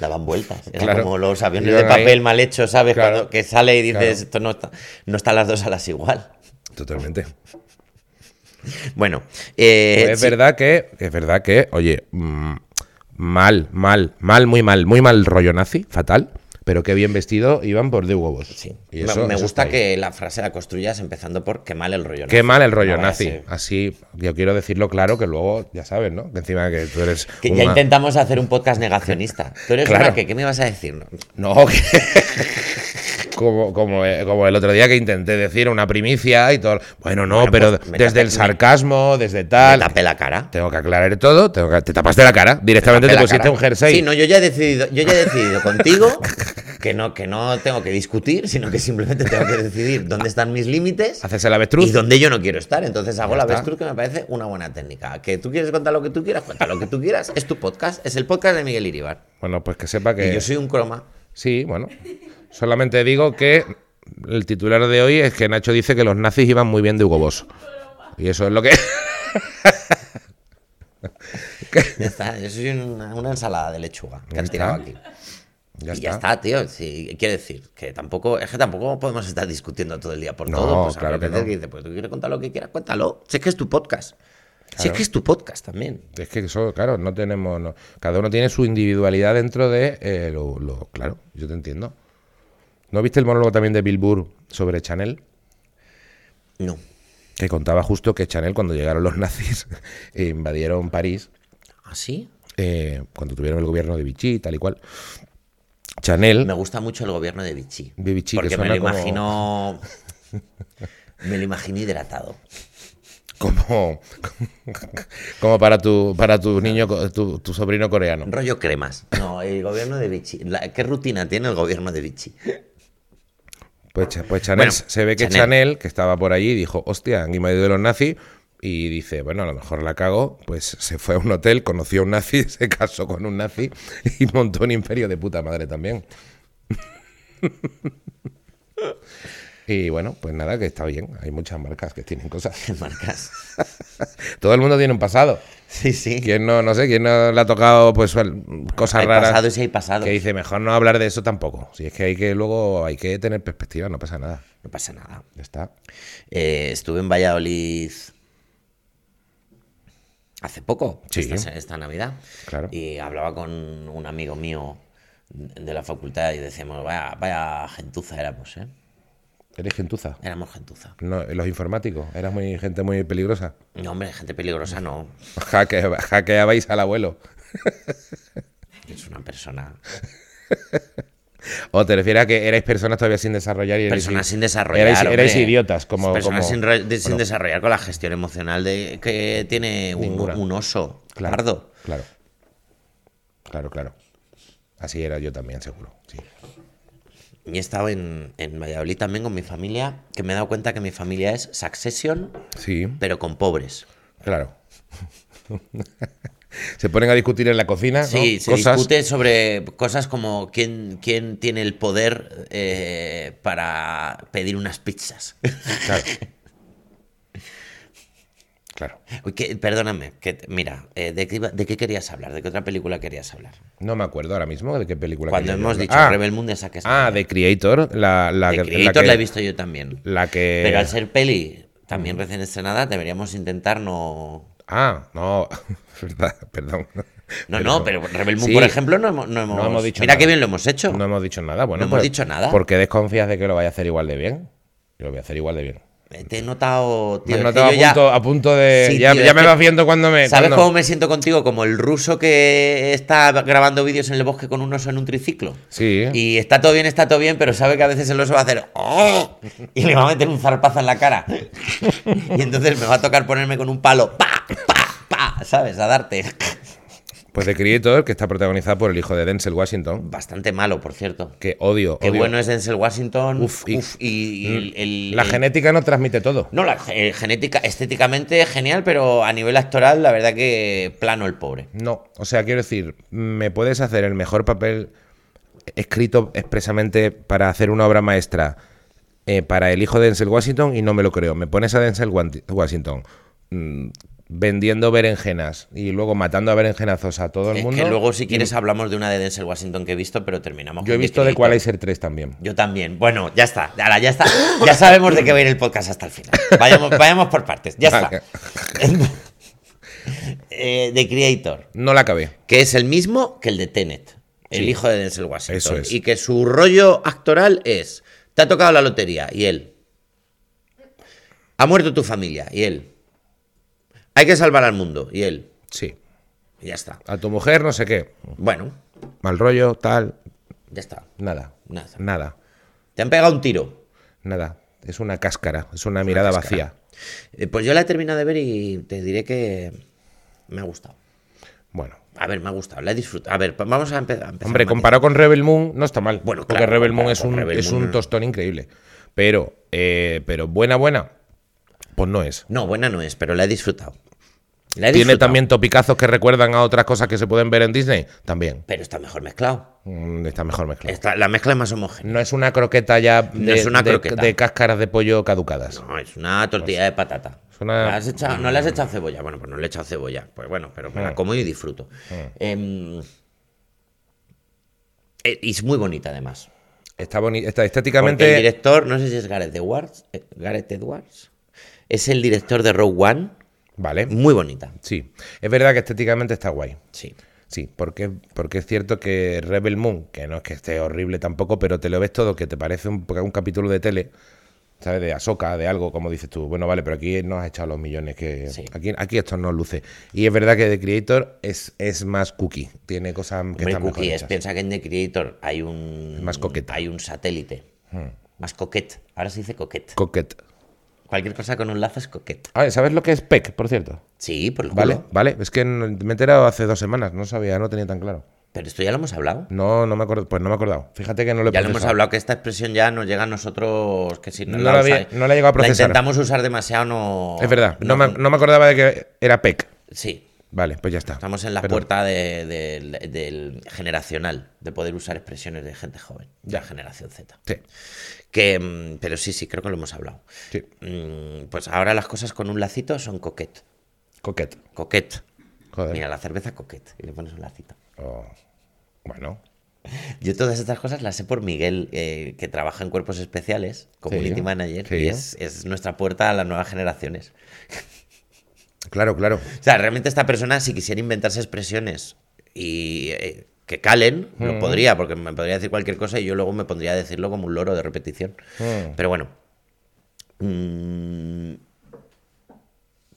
B: daban vueltas. Era
A: Claro.
B: como los aviones
A: Iban
B: de papel
A: ahí.
B: mal hecho, ¿sabes?
A: Claro.
B: Cuando, que sale y dices,
A: Claro.
B: esto no está, no están las dos alas igual.
A: Totalmente.
B: Eh, Bueno, eh,
A: Pues es
B: sí,
A: verdad que, es verdad que, oye, mm, mal, mal, mal, muy mal, muy mal rollo nazi, fatal, pero qué bien vestido iban por de Hugo Boss.
B: sí.
A: Y
B: Me-
A: eso-
B: me
A: eso está
B: gusta
A: ahí.
B: que la frase la construyas empezando por qué mal el rollo
A: Qué
B: nazi.
A: mal el rollo
B: Una
A: nazi.
B: frase
A: Así, yo quiero decirlo claro, que luego, ya sabes, ¿no? Que encima que tú eres.
B: Que
A: un
B: ya
A: ma-
B: intentamos hacer un podcast negacionista. Tú eres
A: Claro.
B: una que, ¿qué me vas a decir? No.
A: No, que. como, como, eh, como el otro día que intenté decir una primicia y todo. Bueno, no,
B: Bueno,
A: pero
B: pues, me
A: desde
B: tapé-
A: el sarcasmo, desde tal.
B: Me tapé la cara.
A: Tengo que aclarar todo, tengo que- te tapaste la cara. Directamente
B: Tapé
A: te
B: la
A: pusiste
B: cara.
A: un jersey.
B: Sí, no, yo ya he decidido, yo ya he decidido contigo que no, que no tengo que discutir, sino que simplemente tengo que decidir dónde están mis límites
A: Haces el avestruz.
B: y dónde yo no quiero estar. Entonces hago
A: Ya
B: la
A: está.
B: avestruz que me parece una buena técnica. Que tú quieres contar lo que tú quieras, cuenta lo que tú quieras. Es tu podcast, es el podcast de Miguel Iribar.
A: Bueno, pues que sepa que.
B: Y yo soy un croma.
A: Sí, bueno. Solamente digo que el titular de hoy es que Nacho dice que los nazis iban muy bien de Hugo Boss. Y eso es lo que.
B: Ya está, yo soy una, una ensalada de lechuga que
A: Ya
B: han tirado
A: está.
B: aquí. y ya está, tío. Sí, quiero decir que tampoco, es que tampoco podemos estar discutiendo todo el día por
A: No,
B: todo. Pues
A: claro
B: habrá
A: que
B: veces
A: no.
B: dices, pues tú quieres contar lo que quieras, cuéntalo. Si es que es tu podcast. Si es que es tu podcast también.
A: Es que eso, claro, no tenemos. no- cada uno tiene su individualidad dentro de eh, lo, lo- Claro, yo te entiendo. ¿No viste el monólogo también de Bill Burr sobre Chanel?
B: No.
A: Que contaba justo que Chanel, cuando llegaron los nazis e invadieron París,
B: ¿Así?
A: eh, cuando tuvieron el gobierno de Vichy, tal y cual. Chanel.
B: Me gusta mucho el gobierno de Vichy.
A: De Vichy, que
B: Porque me
A: suena
B: lo
A: como-
B: imagino. Me lo imagino hidratado.
A: como, como para tu para tu niño, co- tu, tu sobrino coreano.
B: Rollo cremas. No, el gobierno de Vichy. La- ¿Qué rutina tiene el gobierno de Vichy?
A: Pues, Cha- pues Chanel,
B: Bueno,
A: se ve que Chanel.
B: Chanel.
A: que estaba por allí, dijo, hostia, han invadido de los nazis. Y dice, bueno, a lo mejor la cago, pues se fue a un hotel, conoció a un nazi, se casó con un nazi y montó un imperio de puta madre también. y bueno, pues nada, que está bien. Hay muchas marcas que tienen cosas.
B: ¿Qué marcas?
A: Todo el mundo tiene un pasado.
B: Sí, sí.
A: ¿Quién no, no sé, quién no le ha tocado pues al- cosas
B: Hay
A: raras?
B: pasado y si hay pasado.
A: Que dice, mejor no hablar de eso tampoco. Si es que hay que luego hay que tener perspectiva, no pasa nada.
B: No pasa nada.
A: Ya está.
B: Eh, estuve en Valladolid hace poco,
A: Sí.
B: esta, esta Navidad,
A: Claro.
B: y hablaba con un amigo mío de la facultad y decíamos, vaya, vaya gentuza éramos, ¿eh?
A: Eres gentuza.
B: Éramos gentuza.
A: No, los informáticos. Eras muy, gente muy peligrosa.
B: No, hombre, gente peligrosa no.
A: Hacke- hackeabais al abuelo.
B: Es una persona.
A: ¿O te refieres a que erais personas todavía sin desarrollar y erais,
B: Personas
A: i-
B: sin desarrollar.
A: erais-
B: hombre.
A: erais idiotas, como-
B: Personas
A: como-
B: sin, re- de- sin desarrollar con la gestión emocional de que tiene un,
A: Ninguna.
B: un oso
A: Claro,
B: pardo.
A: Claro. Claro, claro. Así era yo también, seguro. Sí.
B: Y he estado en, en Valladolid también con mi familia, que me he dado cuenta que mi familia es Succession,
A: Sí,
B: pero con pobres.
A: claro. Se ponen a discutir en la cocina. ¿no?
B: Sí, se
A: cosas.
B: discute sobre cosas como quién, quién tiene el poder eh, para pedir unas pizzas.
A: Claro. claro.
B: Uy, que- perdóname, que, te- mira, eh, ¿de, qué, iba- de qué querías hablar? ¿De qué otra película querías hablar?
A: No me acuerdo ahora mismo de qué película.
B: Cuando
A: quería
B: hemos
A: hablar.
B: dicho
A: ah,
B: Rebel Moon de Zack
A: Ah,
B: Snyder.
A: de Creator. La, la,
B: De
A: que-
B: Creator
A: que,
B: la he visto yo también.
A: La que.
B: Pero al ser peli también recién estrenada, deberíamos intentar no...
A: Ah, no. es verdad, Perdón.
B: No, no, pero Rebel Moon,
A: Sí.
B: por ejemplo, no hemos, no hemos-
A: hemos dicho
B: Mira
A: nada.
B: qué bien lo hemos hecho.
A: No hemos dicho nada. Bueno, pues,
B: No hemos dicho nada.
A: ¿Por qué desconfías de que lo vaya a hacer igual de bien? Yo lo voy a hacer igual de bien.
B: Eh, Te he notado, tío.
A: Me
B: es
A: he
B: que
A: notado a
B: yo ya-
A: punto, a punto de.
B: Sí,
A: ya
B: tío,
A: ya
B: es
A: me
B: que-
A: vas viendo cuando me.
B: ¿Sabes
A: cuando-
B: cómo me siento contigo? Como el ruso que está grabando vídeos en el bosque con un oso en un triciclo.
A: Sí.
B: Y está todo bien, está todo bien, pero sabe que a veces el oso va a hacer "Oh", y le va a meter un zarpazo en la cara. Y entonces me va a tocar ponerme con un palo, pa, pa, pa, ¿sabes? A darte.
A: Pues de Creator, que está protagonizada por el hijo de Denzel Washington.
B: Bastante malo, por cierto.
A: Que odio.
B: Qué
A: odio.
B: bueno es Denzel Washington.
A: Uf, y-
B: Uf, y, el- el-
A: La
B: el-
A: genética no transmite todo.
B: No, la eh, genética, estéticamente genial, pero a nivel actoral, la verdad que plano el pobre.
A: No, o sea, quiero decir, me puedes hacer el mejor papel escrito expresamente para hacer una obra maestra eh, para el hijo de Denzel Washington y no me lo creo. Me pones a Denzel Wan- Washington mm, vendiendo berenjenas y luego matando a berenjenazos a todo el
B: Es
A: mundo.
B: que luego, si quieres, hablamos de una de Denzel Washington que he visto, pero terminamos
A: Yo he
B: con
A: visto
B: The
A: de
B: Creator.
A: Qualizer 3 también.
B: Yo también. Bueno, ya está. Ahora ya está. Ya sabemos de qué va a ir el podcast hasta el final. Vayamos, vayamos por partes. Ya está.
A: Vale.
B: Eh, The Creator,
A: No la acabé.
B: que es el mismo que el de Tenet, el hijo de Denzel Washington.
A: Eso es.
B: Y que su rollo actoral es: te ha tocado la lotería, y él. Ha muerto tu familia, y él. Hay que salvar al mundo, y él.
A: Sí.
B: Y ya está.
A: A tu mujer, no sé qué.
B: Bueno,
A: Mal rollo, tal.
B: ya está.
A: Nada.
B: Nada.
A: Nada.
B: Te han pegado un tiro.
A: Nada. Es una cáscara. Es una mirada
B: cáscara.
A: vacía.
B: Eh, Pues yo la he terminado de ver y te diré que me ha gustado.
A: Bueno.
B: A ver, me ha gustado, la he disfrutado. A ver, pa- vamos a, empe- a empezar.
A: Hombre,
B: Mati.
A: comparado con Rebel Moon, no está mal.
B: Bueno,
A: porque
B: claro,
A: Rebel Moon
B: comparado
A: es
B: con
A: un,
B: Rebel
A: es
B: Moon,
A: un
B: no.
A: tostón increíble. Pero, eh, pero buena, buena, pues no es.
B: No, buena no es, pero la he disfrutado. La he
A: Tiene
B: disfrutado,
A: también topicazos que recuerdan a otras cosas que se pueden ver en Disney. También.
B: Pero está mejor mezclado.
A: Mm, Está mejor mezclado.
B: Está- la mezcla es más homogénea.
A: No es una croqueta ya de,
B: No es una
A: de-
B: croqueta.
A: de cáscaras de pollo caducadas.
B: No, es una tortilla de patata.
A: es una-
B: ¿La has echado- no le has echado cebolla. Bueno, pues no le he echado cebolla. Pues bueno, pero me la
A: Mm.
B: como y disfruto. Em, eh, y es muy bonita además.
A: Está bonito. Está
B: Porque el
A: estéticamente.
B: director, no sé si es Gareth Edwards, eh, Gareth Edwards, es el director de Rogue One.
A: Vale.
B: Muy bonita.
A: Sí. Es verdad que estéticamente está guay.
B: Sí.
A: Sí, porque, porque es cierto que Rebel Moon, que no es que esté horrible tampoco, pero te lo ves todo, que te parece un, un capítulo de tele, ¿sabes? De Asoca, de algo, como dices tú. Bueno, vale, pero aquí no has echado los millones que.
B: Sí.
A: Aquí, aquí esto no luce. Y es verdad que The Creator es, es más cookie. Tiene cosas que
B: Hombre,
A: están mejor
B: Cookie, es,
A: hechas.
B: piensa que en The Creator hay un.
A: más coqueta. Mm.
B: Hay un satélite. Más coquet. Ahora se dice coquet.
A: Coquette.
B: Cualquier cosa con un lazo es coquet.
A: Ah, ¿sabes lo que es PEC, por cierto?
B: Sí, por lo
A: Vale, vale. Es que no- me he enterado hace dos semanas, no sabía, no tenía tan claro.
B: Pero esto ya lo hemos hablado.
A: No, no me acuerdo. Pues no me he acordado. Fíjate que no lo he
B: Ya lo hemos
A: procesado.
B: hablado que esta expresión ya nos llega a nosotros. Que si no,
A: No la había-
B: usáis-
A: no la he llegado a procesar.
B: La intentamos usar demasiado, no.
A: Es verdad, no, me, no me acordaba de que era PEC.
B: Sí.
A: Vale, pues ya está.
B: Estamos en la
A: Perdón.
B: puerta de- del- del generacional, de poder usar expresiones de gente joven, de la generación Z.
A: Sí,
B: Que, mm, pero sí, sí, creo que lo hemos hablado.
A: sí.
B: Mm, Pues ahora las cosas con un lacito son coquet.
A: Coquet.
B: Coquet.
A: Joder.
B: Mira, la cerveza coquet. Y le pones un lacito.
A: Oh, Bueno.
B: Yo todas estas cosas las sé por Miguel, eh, que trabaja en cuerpos especiales, community
A: Sí,
B: manager,
A: sí.
B: y es, es nuestra puerta a las nuevas generaciones.
A: Claro, claro.
B: O sea, realmente esta persona, si quisiera inventarse expresiones y eh, que calen, Hmm. lo podría, porque me podría decir cualquier cosa y yo luego me pondría a decirlo como un loro de repetición. Pero bueno, Mm,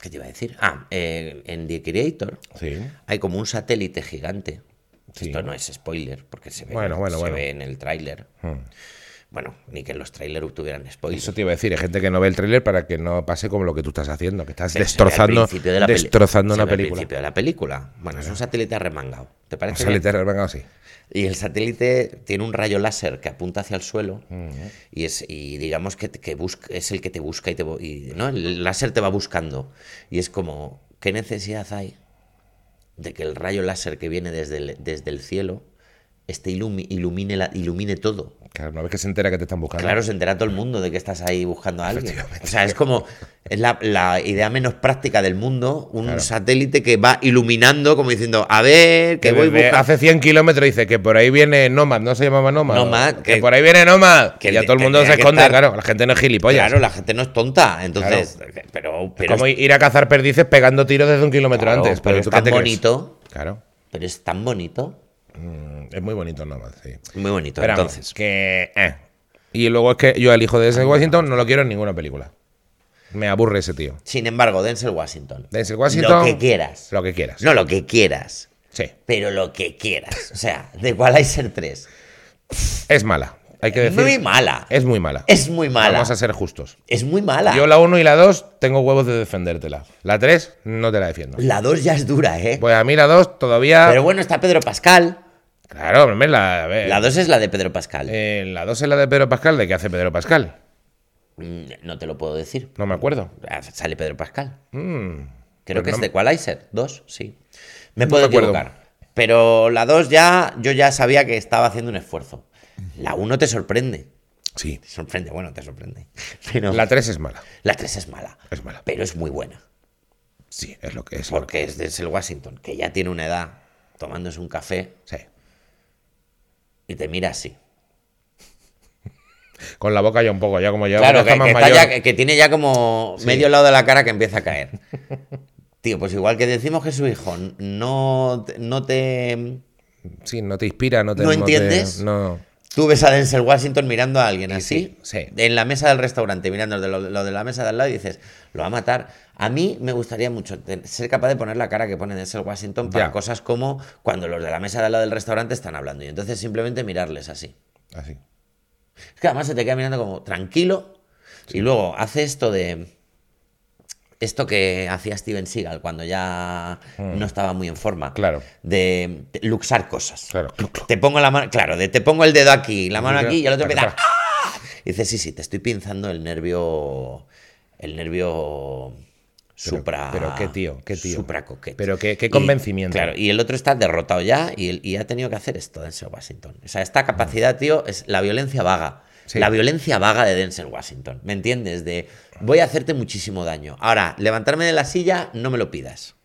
B: ¿Qué te iba a decir? Ah, eh, en The Creator
A: Sí.
B: hay como un satélite gigante.
A: Sí.
B: Esto no es spoiler, porque se ve,
A: Bueno, bueno,
B: se
A: bueno.
B: ve en el tráiler. Bueno, ni que en los trailers tuvieran spoilers.
A: Hmm. Eso te iba a decir, hay gente que no ve el tráiler para que no pase como lo que tú estás haciendo, que estás
B: Pero se ve al
A: destrozando,
B: principio de la peli-
A: destrozando
B: se
A: una
B: ve al
A: película.
B: principio de la película. Bueno, es un satélite arremangado. ¿Te
A: O
B: parece?
A: sea,
B: bien?
A: literal, venga, sí.
B: Y el satélite tiene un rayo láser que apunta hacia el suelo y, es, y digamos que, te- que busca, es el que te busca y te... bu- y, ¿no? El láser te va buscando. Y es como, ¿qué necesidad hay de que el rayo láser que viene desde el, desde el cielo este ilumi- ilumine, la- ilumine todo?
A: Claro, una vez que se entera que te están buscando.
B: Claro, se entera todo el mundo de que estás ahí buscando a alguien. O sea, es como es la, la idea menos práctica del mundo, un satélite que va iluminando como diciendo, a ver, que
A: que
B: voy
A: desde
B: buscando...
A: hace 100 kilómetros dice que por ahí viene Nomad, no se llamaba Nomad.
B: Nomad,
A: que,
B: que-
A: por ahí viene Nomad.
B: que
A: Que ya todo el mundo
B: tendría
A: se
B: que
A: esconde,
B: estar-
A: claro, la gente no es gilipollas.
B: Claro, la gente no es tonta, entonces, eh, pero, pero,
A: Como
B: es-
A: ir a cazar perdices pegando tiros desde un kilómetro
B: claro,
A: antes.
B: pero
A: Pero,
B: es
A: tú qué
B: tan
A: te crees?
B: bonito,
A: Claro.
B: pero es tan bonito,
A: Mm, Es muy bonito Nomad, sí.
B: muy bonito.
A: Pero vamos,
B: entonces, Ah,
A: que. eh. Y luego es que yo al hijo de Denzel Washington no lo quiero en ninguna película. Me aburre ese tío.
B: sin embargo, Denzel Washington,
A: Denzel Washington.
B: lo que quieras,
A: Lo que quieras.
B: no lo que quieras,
A: Sí.
B: pero lo que quieras, o sea, de Equalizer 3,
A: Es mala. Hay que decir.
B: Eh, muy mala,
A: Es muy mala.
B: es muy mala, Ah.
A: Vamos a ser justos.
B: es muy mala.
A: Yo la 1 y la 2 tengo huevos de defendértela. La 3 no te la defiendo.
B: La 2 ya es dura, ¿eh?
A: Pues a mí la 2 todavía.
B: Pero bueno, está Pedro Pascal,
A: Claro, hombre, la, a ver,
B: la 2 es la de Pedro Pascal,
A: eh, la 2 es la de Pedro Pascal. ¿De qué hace Pedro Pascal?
B: Mm, no te lo puedo decir,
A: No me acuerdo.
B: Ah, sale Pedro Pascal.
A: Mm. Pues
B: Creo que
A: no
B: es
A: me-
B: de Equalizer 2, sí. Me puedo
A: me acuerdo.
B: equivocar. Pero la 2 ya, yo ya sabía que estaba haciendo un esfuerzo. La 1 te sorprende.
A: Sí.
B: Te sorprende, bueno, te sorprende. Pero
A: La 3 es mala.
B: la 3 es mala.
A: Es mala.
B: Pero es muy buena.
A: Sí, es lo que es. lo que-
B: Porque es Denzel Washington, que ya tiene una edad tomándose un café
A: Sí.
B: y te mira así.
A: Con la boca ya un poco, ya como ya
B: claro,
A: uno
B: que,
A: está más
B: que está
A: mayor.
B: ya- que- que tiene ya como medio lado de la cara que empieza a caer. Tío, pues igual que decimos que su hijo no, no te...
A: Sí, no te inspira, no te
B: ¿No
A: te-
B: entiendes?
A: no.
B: Tú ves a Denzel Washington mirando a alguien así,
A: sí, sí.
B: en la mesa del restaurante, mirando lo, de- lo de la mesa de al lado y dices, lo va a matar. A mí me gustaría mucho te- ser capaz de poner la cara que pone Denzel Washington para
A: Ya.
B: cosas como cuando los de la mesa de al lado del restaurante están hablando y entonces simplemente mirarles así.
A: Así.
B: Es que además se te queda mirando como tranquilo y luego hace esto de... Esto que hacía Steven Seagal cuando ya no estaba muy en forma.
A: Mm. Claro.
B: De luxar cosas.
A: Claro.
B: Te pongo la mano, claro, de te pongo el dedo aquí, la mano
A: Ya,
B: aquí y el otro
A: taca,
B: empieza.
A: taca.
B: ¡ah! Y dice, sí, sí, te estoy pinzando el nervio. El nervio. Supra.
A: pero qué tío, qué tío.
B: Supra coquete.
A: Pero qué- qué
B: Y,
A: convencimiento.
B: claro, y el otro está derrotado ya y, el- y ha tenido que hacer esto, Denzel Washington. O sea, esta capacidad, tío, es la violencia vaga.
A: Mm. Sí.
B: La violencia vaga de Denzel Washington. ¿Me entiendes? De voy a hacerte muchísimo daño. Ahora, levantarme de la silla, no me lo pidas.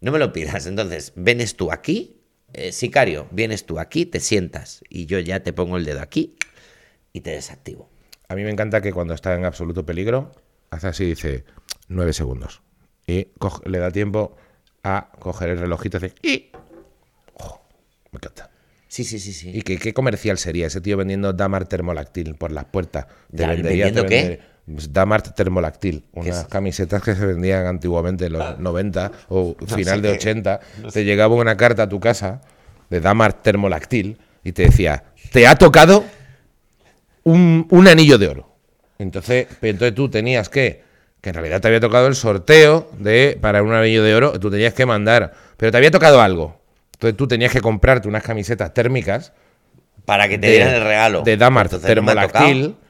B: No me lo pidas. Entonces, vienes tú aquí, eh, sicario, vienes tú aquí, te sientas y yo ya te pongo el dedo aquí y te desactivo.
A: A mí me encanta que cuando está en absoluto peligro, hace así, dice nueve segundos. Y coge- le da tiempo a coger el relojito y hace. "Y". Ojo, me encanta.
B: Sí, sí, sí, sí.
A: ¿Y qué, qué comercial sería ese tío vendiendo Damar termolactil por las puertas?
B: Ya, ¿vendiendo qué?
A: pues, Damar termolactil, unas
B: es? Ah.
A: camisetas que se vendían antiguamente en los 90 o final
B: sé
A: de
B: qué.
A: 80. Te llegaba una carta a tu casa de Damar termolactil y te decía, te ha tocado un, un anillo de oro. Entonces, pero entonces tú tenías que, que en realidad te había tocado el sorteo de para un anillo de oro, tú tenías que mandar, pero te había tocado algo. Entonces tú tenías que comprarte unas camisetas térmicas
B: Para que te
A: de-
B: dieran el regalo.
A: de Damar
B: Entonces, no me ha
A: termolactil
B: tocado.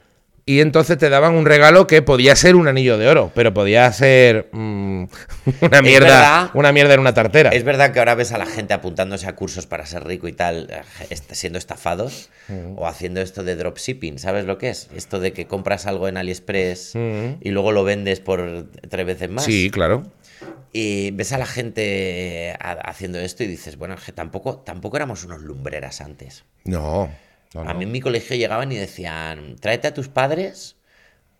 A: y entonces te daban un regalo que podía ser un anillo de oro, pero podía ser mm, una mierda,
B: verdad.
A: una mierda en una tartera.
B: Es verdad que ahora ves a la gente apuntándose a cursos para ser rico y tal, eh, est- siendo estafados o haciendo esto de dropshipping. ¿Sabes lo que es? Esto de que compras algo en AliExpress y luego lo vendes por tres veces más.
A: Sí, claro.
B: Y ves a la gente eh, ha- haciendo esto y dices, bueno, que tampoco, tampoco éramos unos lumbreras antes.
A: No. no, no.
B: A mí en mi colegio llegaban y decían, tráete a tus padres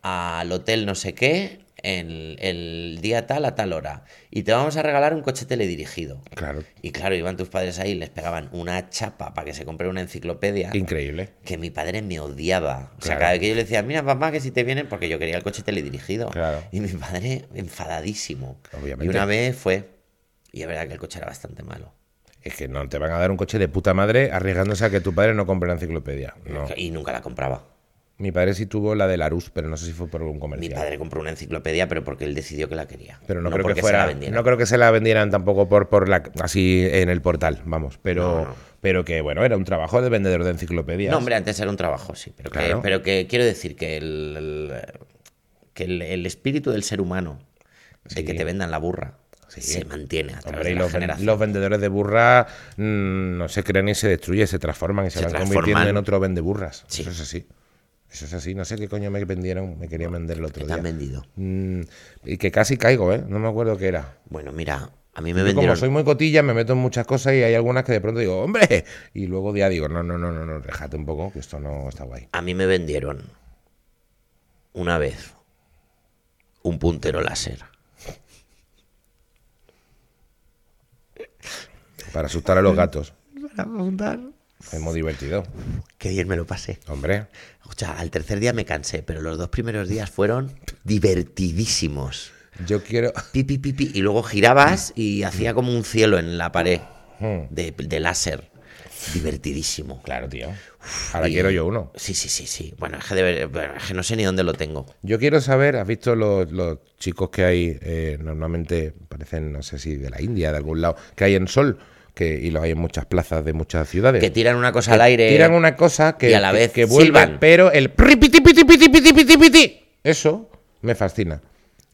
B: al hotel no sé qué en el día tal a tal hora y te vamos a regalar un coche teledirigido.
A: Claro.
B: Y claro, iban tus padres ahí, les pegaban una chapa para que se compre una enciclopedia.
A: Increíble.
B: Que mi padre me odiaba. O sea,
A: Claro.
B: cada vez que yo le decía, mira papá, que si te vienen, porque yo quería el coche teledirigido.
A: Claro.
B: Y mi padre enfadadísimo.
A: Obviamente.
B: Y una vez fue. Y es verdad que el coche era bastante malo.
A: Es que no te van a dar un coche de puta madre arriesgándose a que tu padre no compre la enciclopedia. No.
B: Y nunca la compraba.
A: Mi padre sí tuvo la de Larus, pero no sé si fue por un
B: Mi
A: comercial.
B: padre compró una enciclopedia, pero porque él decidió que la quería.
A: Pero no, creo
B: porque
A: que
B: se la
A: fuera.
B: vendieran.
A: No creo que se la vendieran tampoco por, por la así en el portal, vamos. Pero,
B: No, no.
A: pero que bueno, era un trabajo de vendedor de enciclopedias.
B: No, hombre, antes era un trabajo, sí. Pero que,
A: Claro.
B: pero que quiero decir que el, el- que el, el espíritu del ser humano, de que te vendan la burra, se mantiene a través
A: Hombre, y
B: de la
A: los, ven-
B: generación.
A: los vendedores de burra mm, no se crean y se destruyen, se transforman y se,
B: Se
A: van
B: transforman.
A: convirtiendo en otro vendeburras.
B: Sí.
A: Eso es así. Eso es así. No sé qué coño me vendieron, me quería vender el otro
B: Te
A: día.
B: han vendido.
A: Mm, y que casi caigo, ¿eh? No me acuerdo qué era.
B: Bueno, mira, a mí me
A: Yo como
B: vendieron...
A: soy muy cotilla, me meto en muchas cosas y hay algunas que de pronto digo, ¡hombre! Y luego ya digo, no, no, no, no, no, déjate un poco, que esto no está guay.
B: A mí me vendieron una vez un puntero láser.
A: Para asustar a los gatos.
B: Para apuntar.
A: Es muy divertido.
B: Qué bien me lo pasé.
A: Hombre,
B: O sea, al tercer día me cansé, pero los dos primeros días fueron divertidísimos.
A: yo quiero.
B: Pi, pi, pi, pi, y luego girabas y hacía como un cielo en la pared de, de láser. Divertidísimo.
A: hmm, Claro, tío. Ahora
B: Y-
A: quiero yo uno.
B: Sí, sí, sí, sí. Bueno, es que, de ver- bueno, es que no sé ni dónde lo tengo.
A: Yo quiero saber, ¿has visto los, los chicos que hay eh, normalmente, parecen, no sé si de la India, de algún lado, que hay en Sol, que, y los hay en muchas plazas de muchas ciudades?
B: Que tiran una cosa al aire.
A: Tiran una cosa que,
B: y a la
A: que-
B: vez
A: que vuelve,
B: silban.
A: pero el pripiti, piti, piti, piti, piti, piti, eso me fascina.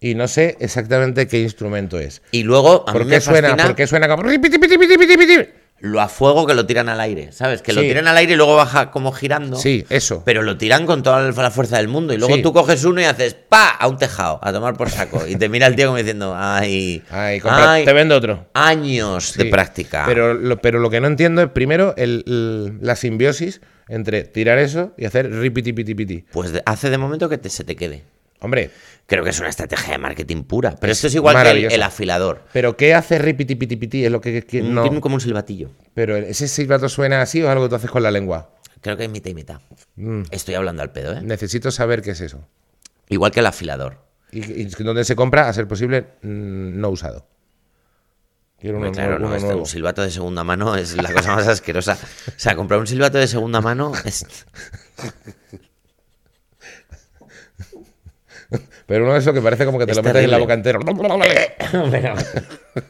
A: Y no sé exactamente qué instrumento es.
B: Y luego, a mí
A: ¿Por
B: me
A: qué, suena,
B: fascina
A: ¿Por qué suena como pripiti, piti, piti, piti, piti?
B: lo a fuego que lo tiran al aire, ¿sabes? Que lo
A: Sí.
B: tiran al aire y luego baja como girando.
A: Sí, eso.
B: Pero lo tiran con toda la fuerza del mundo. Y luego
A: Sí.
B: tú coges uno y haces ¡pa! a un tejado, a tomar por saco. Y te mira el tío como diciendo, ¡ay!
A: Ay, compra-
B: ay,
A: te vendo otro.
B: años de
A: Sí,
B: práctica.
A: Pero lo, pero lo que no entiendo es primero el- el- la simbiosis entre tirar eso y hacer ripiti piti piti.
B: Pues de- hace de momento que te- se te quede.
A: Hombre,
B: Creo que es una estrategia de marketing pura. Pero
A: Es
B: esto es igual que el,
A: maravilloso.
B: el afilador.
A: ¿pero qué hace ripiti piti piti? Es lo que, que-
B: Un-
A: no.
B: Eh, Tiene como un silbatillo.
A: Pero ese silbato suena así o es algo que tú haces con la lengua.
B: Creo que es mitad y mitad.
A: Mm.
B: Estoy hablando al pedo, ¿eh?
A: Necesito saber qué es eso.
B: Igual que el afilador.
A: Y, y donde se compra, a ser posible, mm, no usado. Quiero uno,
B: Hombre, claro,
A: nuevo,
B: no, este
A: uno
B: esto,
A: nuevo.
B: un silbato de segunda mano es la cosa más asquerosa. O sea, comprar un silbato de segunda mano es...
A: Pero uno de esos que parece como que te
B: Es
A: lo metes en la
B: terrible.
A: boca entero.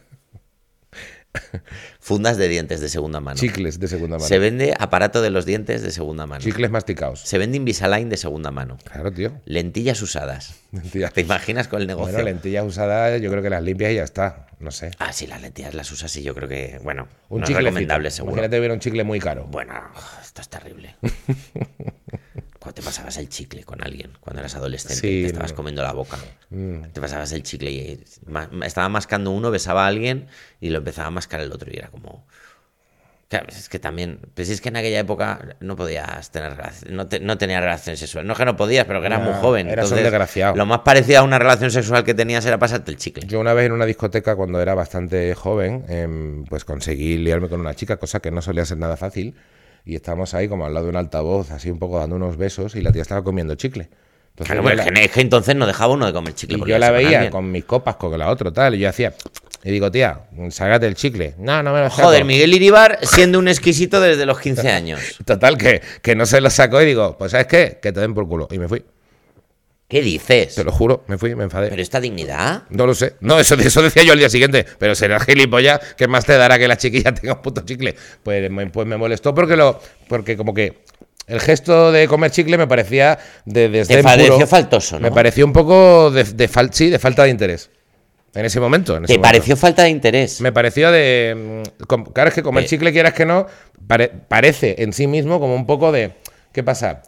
B: Fundas de dientes de segunda mano.
A: Chicles de segunda mano.
B: Se vende aparato de los dientes de segunda mano.
A: Chicles masticados.
B: Se vende Invisalign de segunda mano.
A: Claro, tío.
B: Lentillas usadas.
A: Lentillas.
B: ¿Te imaginas con el negocio?
A: Bueno, lentillas usadas, yo creo que las limpias y ya está. No sé.
B: Ah, sí, las lentillas las usas y yo creo que, bueno,
A: Un
B: no es
A: chicle.
B: recomendable seguro.
A: Imagínate ver un chicle muy caro.
B: Bueno, esto es terrible. cuando te pasabas el chicle con alguien, cuando eras adolescente,
A: Sí,
B: te estabas
A: no. Mm.
B: comiendo la boca. Te pasabas el chicle y ma- estaba mascando uno, besaba a alguien y lo empezaba a mascar el otro y era como... Claro, es que también, pues es que en aquella época no podías tener relac- no, te- no tenías relación sexual. No es que no podías, pero que eras
A: No,
B: muy joven.
A: eras un
B: Entonces,
A: desgraciado.
B: Lo más parecido a una relación sexual que tenías era pasarte el chicle.
A: Yo una vez en una discoteca, cuando era bastante joven, em, pues conseguí liarme con una chica, cosa que no solía ser nada fácil. Y estábamos ahí como al lado de un altavoz, así un poco dando unos besos, y la tía estaba comiendo chicle. Entonces
B: Claro,
A: yo
B: pero
A: la-
B: es que- es que entonces no dejaba uno de comer chicle.
A: y
B: porque
A: yo la
B: ibas con
A: veía
B: alguien.
A: con mis copas, con la otra, tal, y yo hacía... Y digo, tía, sácate el chicle. No, no me lo saco.
B: Joder, Miguel Iribar siendo un exquisito desde los 15 años.
A: Total, que, que no se lo sacó y digo, pues ¿sabes qué? Que te den por culo. Y me fui,
B: ¿Qué dices?
A: te lo juro, me fui, me enfadé.
B: Pero esta dignidad.
A: No lo sé. No, eso, eso decía yo al día siguiente. Pero será gilipollas, ¿qué más te dará que la chiquilla tenga un puto chicle? Pues me, pues me molestó porque lo. Porque como que. El gesto de comer chicle me parecía de desde
B: pareció faltoso, ¿no?
A: Me pareció un poco de, de fal- sí, de falta de interés. En ese momento. en ese
B: ¿Te
A: momento.
B: pareció falta de interés?
A: Me pareció de. mm, com- Claro, es que comer
B: Eh.
A: chicle, quieras que no, pare- parece en sí mismo como un poco de. ¿Qué pasa?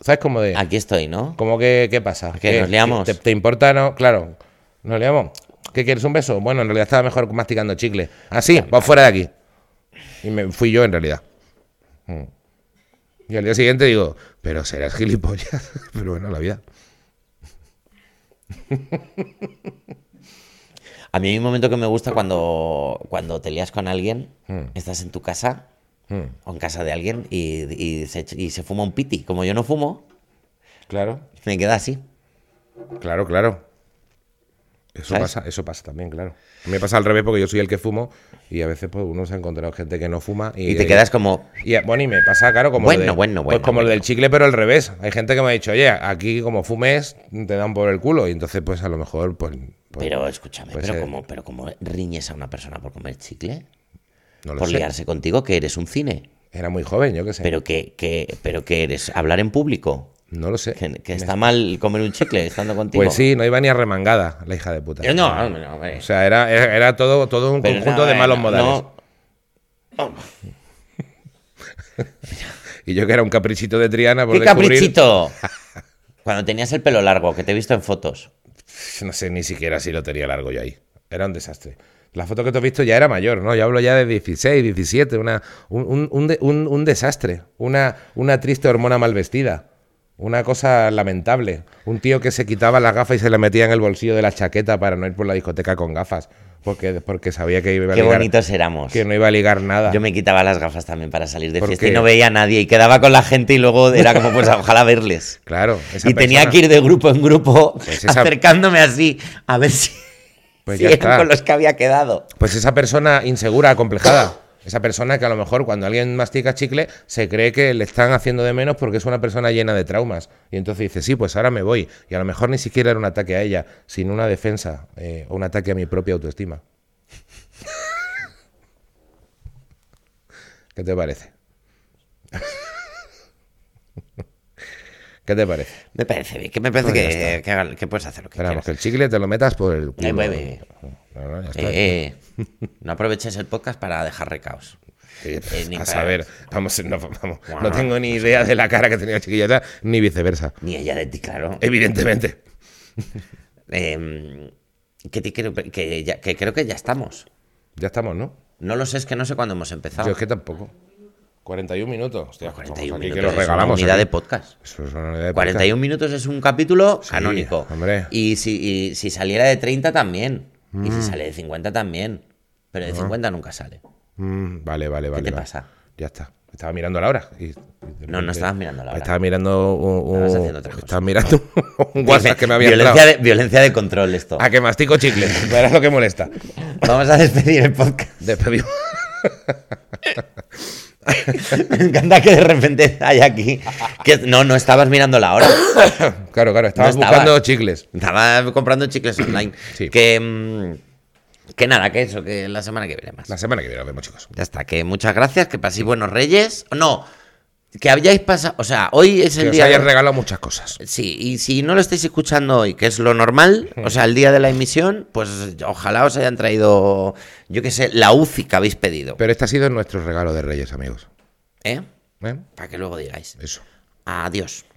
A: ¿Sabes? Como de.
B: Aquí estoy, ¿no?
A: ¿Cómo que qué pasa?
B: Que
A: ¿Qué?
B: nos liamos.
A: ¿Te, te importa? No, claro. ¿Nos liamos? ¿Qué quieres? ¿Un beso? Bueno, en realidad estaba mejor masticando chicle. Así, vamos fuera de aquí. Y me fui yo en realidad. Mm. Y al día siguiente digo, pero serás gilipollas. pero bueno, la vida.
B: A mí hay un momento que me gusta cuando, cuando te lías con alguien,
A: Hmm.
B: estás en tu casa
A: Mm,
B: o en casa de alguien y, y se, y se fuma un piti. Como yo no fumo,
A: Claro,
B: me queda así.
A: claro, claro. Eso
B: ¿Sabes?
A: pasa, eso pasa también, claro. A mí me pasa al revés porque yo soy el que fumo y a veces pues uno se ha encontrado gente que no fuma y, eh, Pues,
B: Y te quedas como,
A: Y, bueno, y me pasa, claro, como.
B: Bueno,
A: lo de-
B: bueno,
A: Pues
B: bueno,
A: como
B: bueno.
A: lo del chicle, pero al revés. Hay gente que me ha dicho, oye, aquí como fumes, te dan por el culo. Y entonces, pues a lo mejor, pues. pues,
B: pero escúchame,
A: pues,
B: pero,
A: eh,
B: como, pero como riñes a una persona por comer chicle,
A: no lo
B: por
A: sé.
B: liarse contigo, que eres un cine,
A: Era muy joven, yo qué sé.
B: pero que, que, pero que eres hablar en público,
A: no lo sé.
B: que, que está mal comer un chicle estando contigo.
A: Pues sí, no iba ni arremangada, la hija de puta.
B: Yo Eh, no, no, no, hombre.
A: O sea, era, era era todo, todo un
B: Pero
A: conjunto
B: no,
A: de
B: eh,
A: malos
B: no,
A: modales.
B: no.
A: Y yo que era un caprichito de Triana por
B: ¡Qué
A: descubrir-
B: caprichito! Cuando tenías el pelo largo, que te he visto en fotos.
A: No sé ni siquiera si lo tenía largo yo ahí. Era un desastre. La foto que te he visto ya era mayor, ¿no? Yo hablo ya de 16, 17, una, un, un- un de- un- un desastre. Una, una triste hormona mal vestida. Una cosa lamentable. Un tío que se quitaba las gafas y se las metía en el bolsillo de la chaqueta para no ir por la discoteca con gafas. Porque, porque sabía que, iba a
B: Qué
A: ligar-
B: bonitos éramos.
A: que no iba a ligar nada.
B: Yo me quitaba las gafas también para salir de
A: ¿Por
B: fiesta
A: qué?
B: y no veía a nadie y quedaba con la gente y luego era como, pues ojalá verles.
A: Claro. esa
B: y tenía
A: persona.
B: que ir de grupo en grupo
A: Pues esa-
B: acercándome así a ver si,
A: Pues
B: si
A: ya
B: eran
A: está.
B: con los que había quedado.
A: Pues esa persona insegura, acomplejada. Esa persona que a lo mejor cuando alguien mastica chicle se cree que le están haciendo de menos porque es una persona llena de traumas. Y entonces dice, sí, pues ahora me voy. Y a lo mejor ni siquiera era un ataque a ella, sino una defensa eh, o un ataque a mi propia autoestima. ¿Qué te parece? ¿Qué te parece?
B: Me parece bien, que me parece
A: Pues ya
B: que, que hagan- que puedes hacer lo que
A: Esperamos que
B: quieras.
A: el chicle te lo metas por el culo.
B: Ay, bebé.
A: No, no, ya está.
B: Eh, eh, no aproveches el podcast para dejar recaos.
A: Eh,
B: Eh, ni
A: a
B: para-
A: saber, vamos, no, vamos, no
B: Guau.
A: tengo ni idea de la cara que tenía la chiquilleta, ni viceversa,
B: Ni ella de ti, claro.
A: evidentemente.
B: Eh, que, te quiero- que ya- que creo que ya estamos.
A: Ya estamos, ¿no?
B: No lo sé, es que no sé cuándo hemos empezado.
A: Yo es que tampoco. 41 minutos, hostia,
B: Pues 41
A: estamos aquí
B: minutos
A: que los
B: es una
A: regalamos.
B: unidad
A: aquí.
B: de podcast.
A: Eso es una unidad de podcast.
B: 41 minutos es un capítulo canónico.
A: hombre.
B: Y si, y si saliera de 30 también. Y si sale de 50 también. Pero de 50 nunca sale.
A: Mm, vale, vale, Ah. vale.
B: te
A: vale.
B: pasa?
A: Ya está. Estaba mirando la hora. y- y de
B: No,
A: repente-
B: no estabas mirando la hora.
A: Estaba mirando un, un-
B: Estabas haciendo otra cosa.
A: estaba mirando un WhatsApp que me había
B: violencia
A: entrado. Ah.
B: de, violencia de control esto.
A: A que mastico chicle. Verás lo que molesta.
B: Vamos a despedir el podcast.
A: Despedimos.
B: Me encanta que de repente hay aquí. Que, no, no estabas mirando la hora.
A: Claro, claro, estabas
B: estabas.
A: buscando chicles.
B: Estaba comprando chicles online.
A: Sí.
B: Que, mm, que nada, que eso, que la semana que viene más.
A: La semana que viene nos vemos, chicos.
B: Ya está, que muchas gracias, que paséis buenos reyes. No, que hayáis pasado, o sea, hoy es el
A: Que os
B: día...
A: hayas
B: de-
A: regalado muchas cosas.
B: Sí, y si no lo estáis escuchando hoy, que es lo normal, o sea, el día de la emisión, pues ojalá os hayan traído, yo qué sé, la UCI que habéis pedido.
A: Pero este ha sido nuestro regalo de Reyes, amigos.
B: ¿Eh?
A: ¿Eh?
B: Para que luego digáis.
A: Eso.
B: Adiós.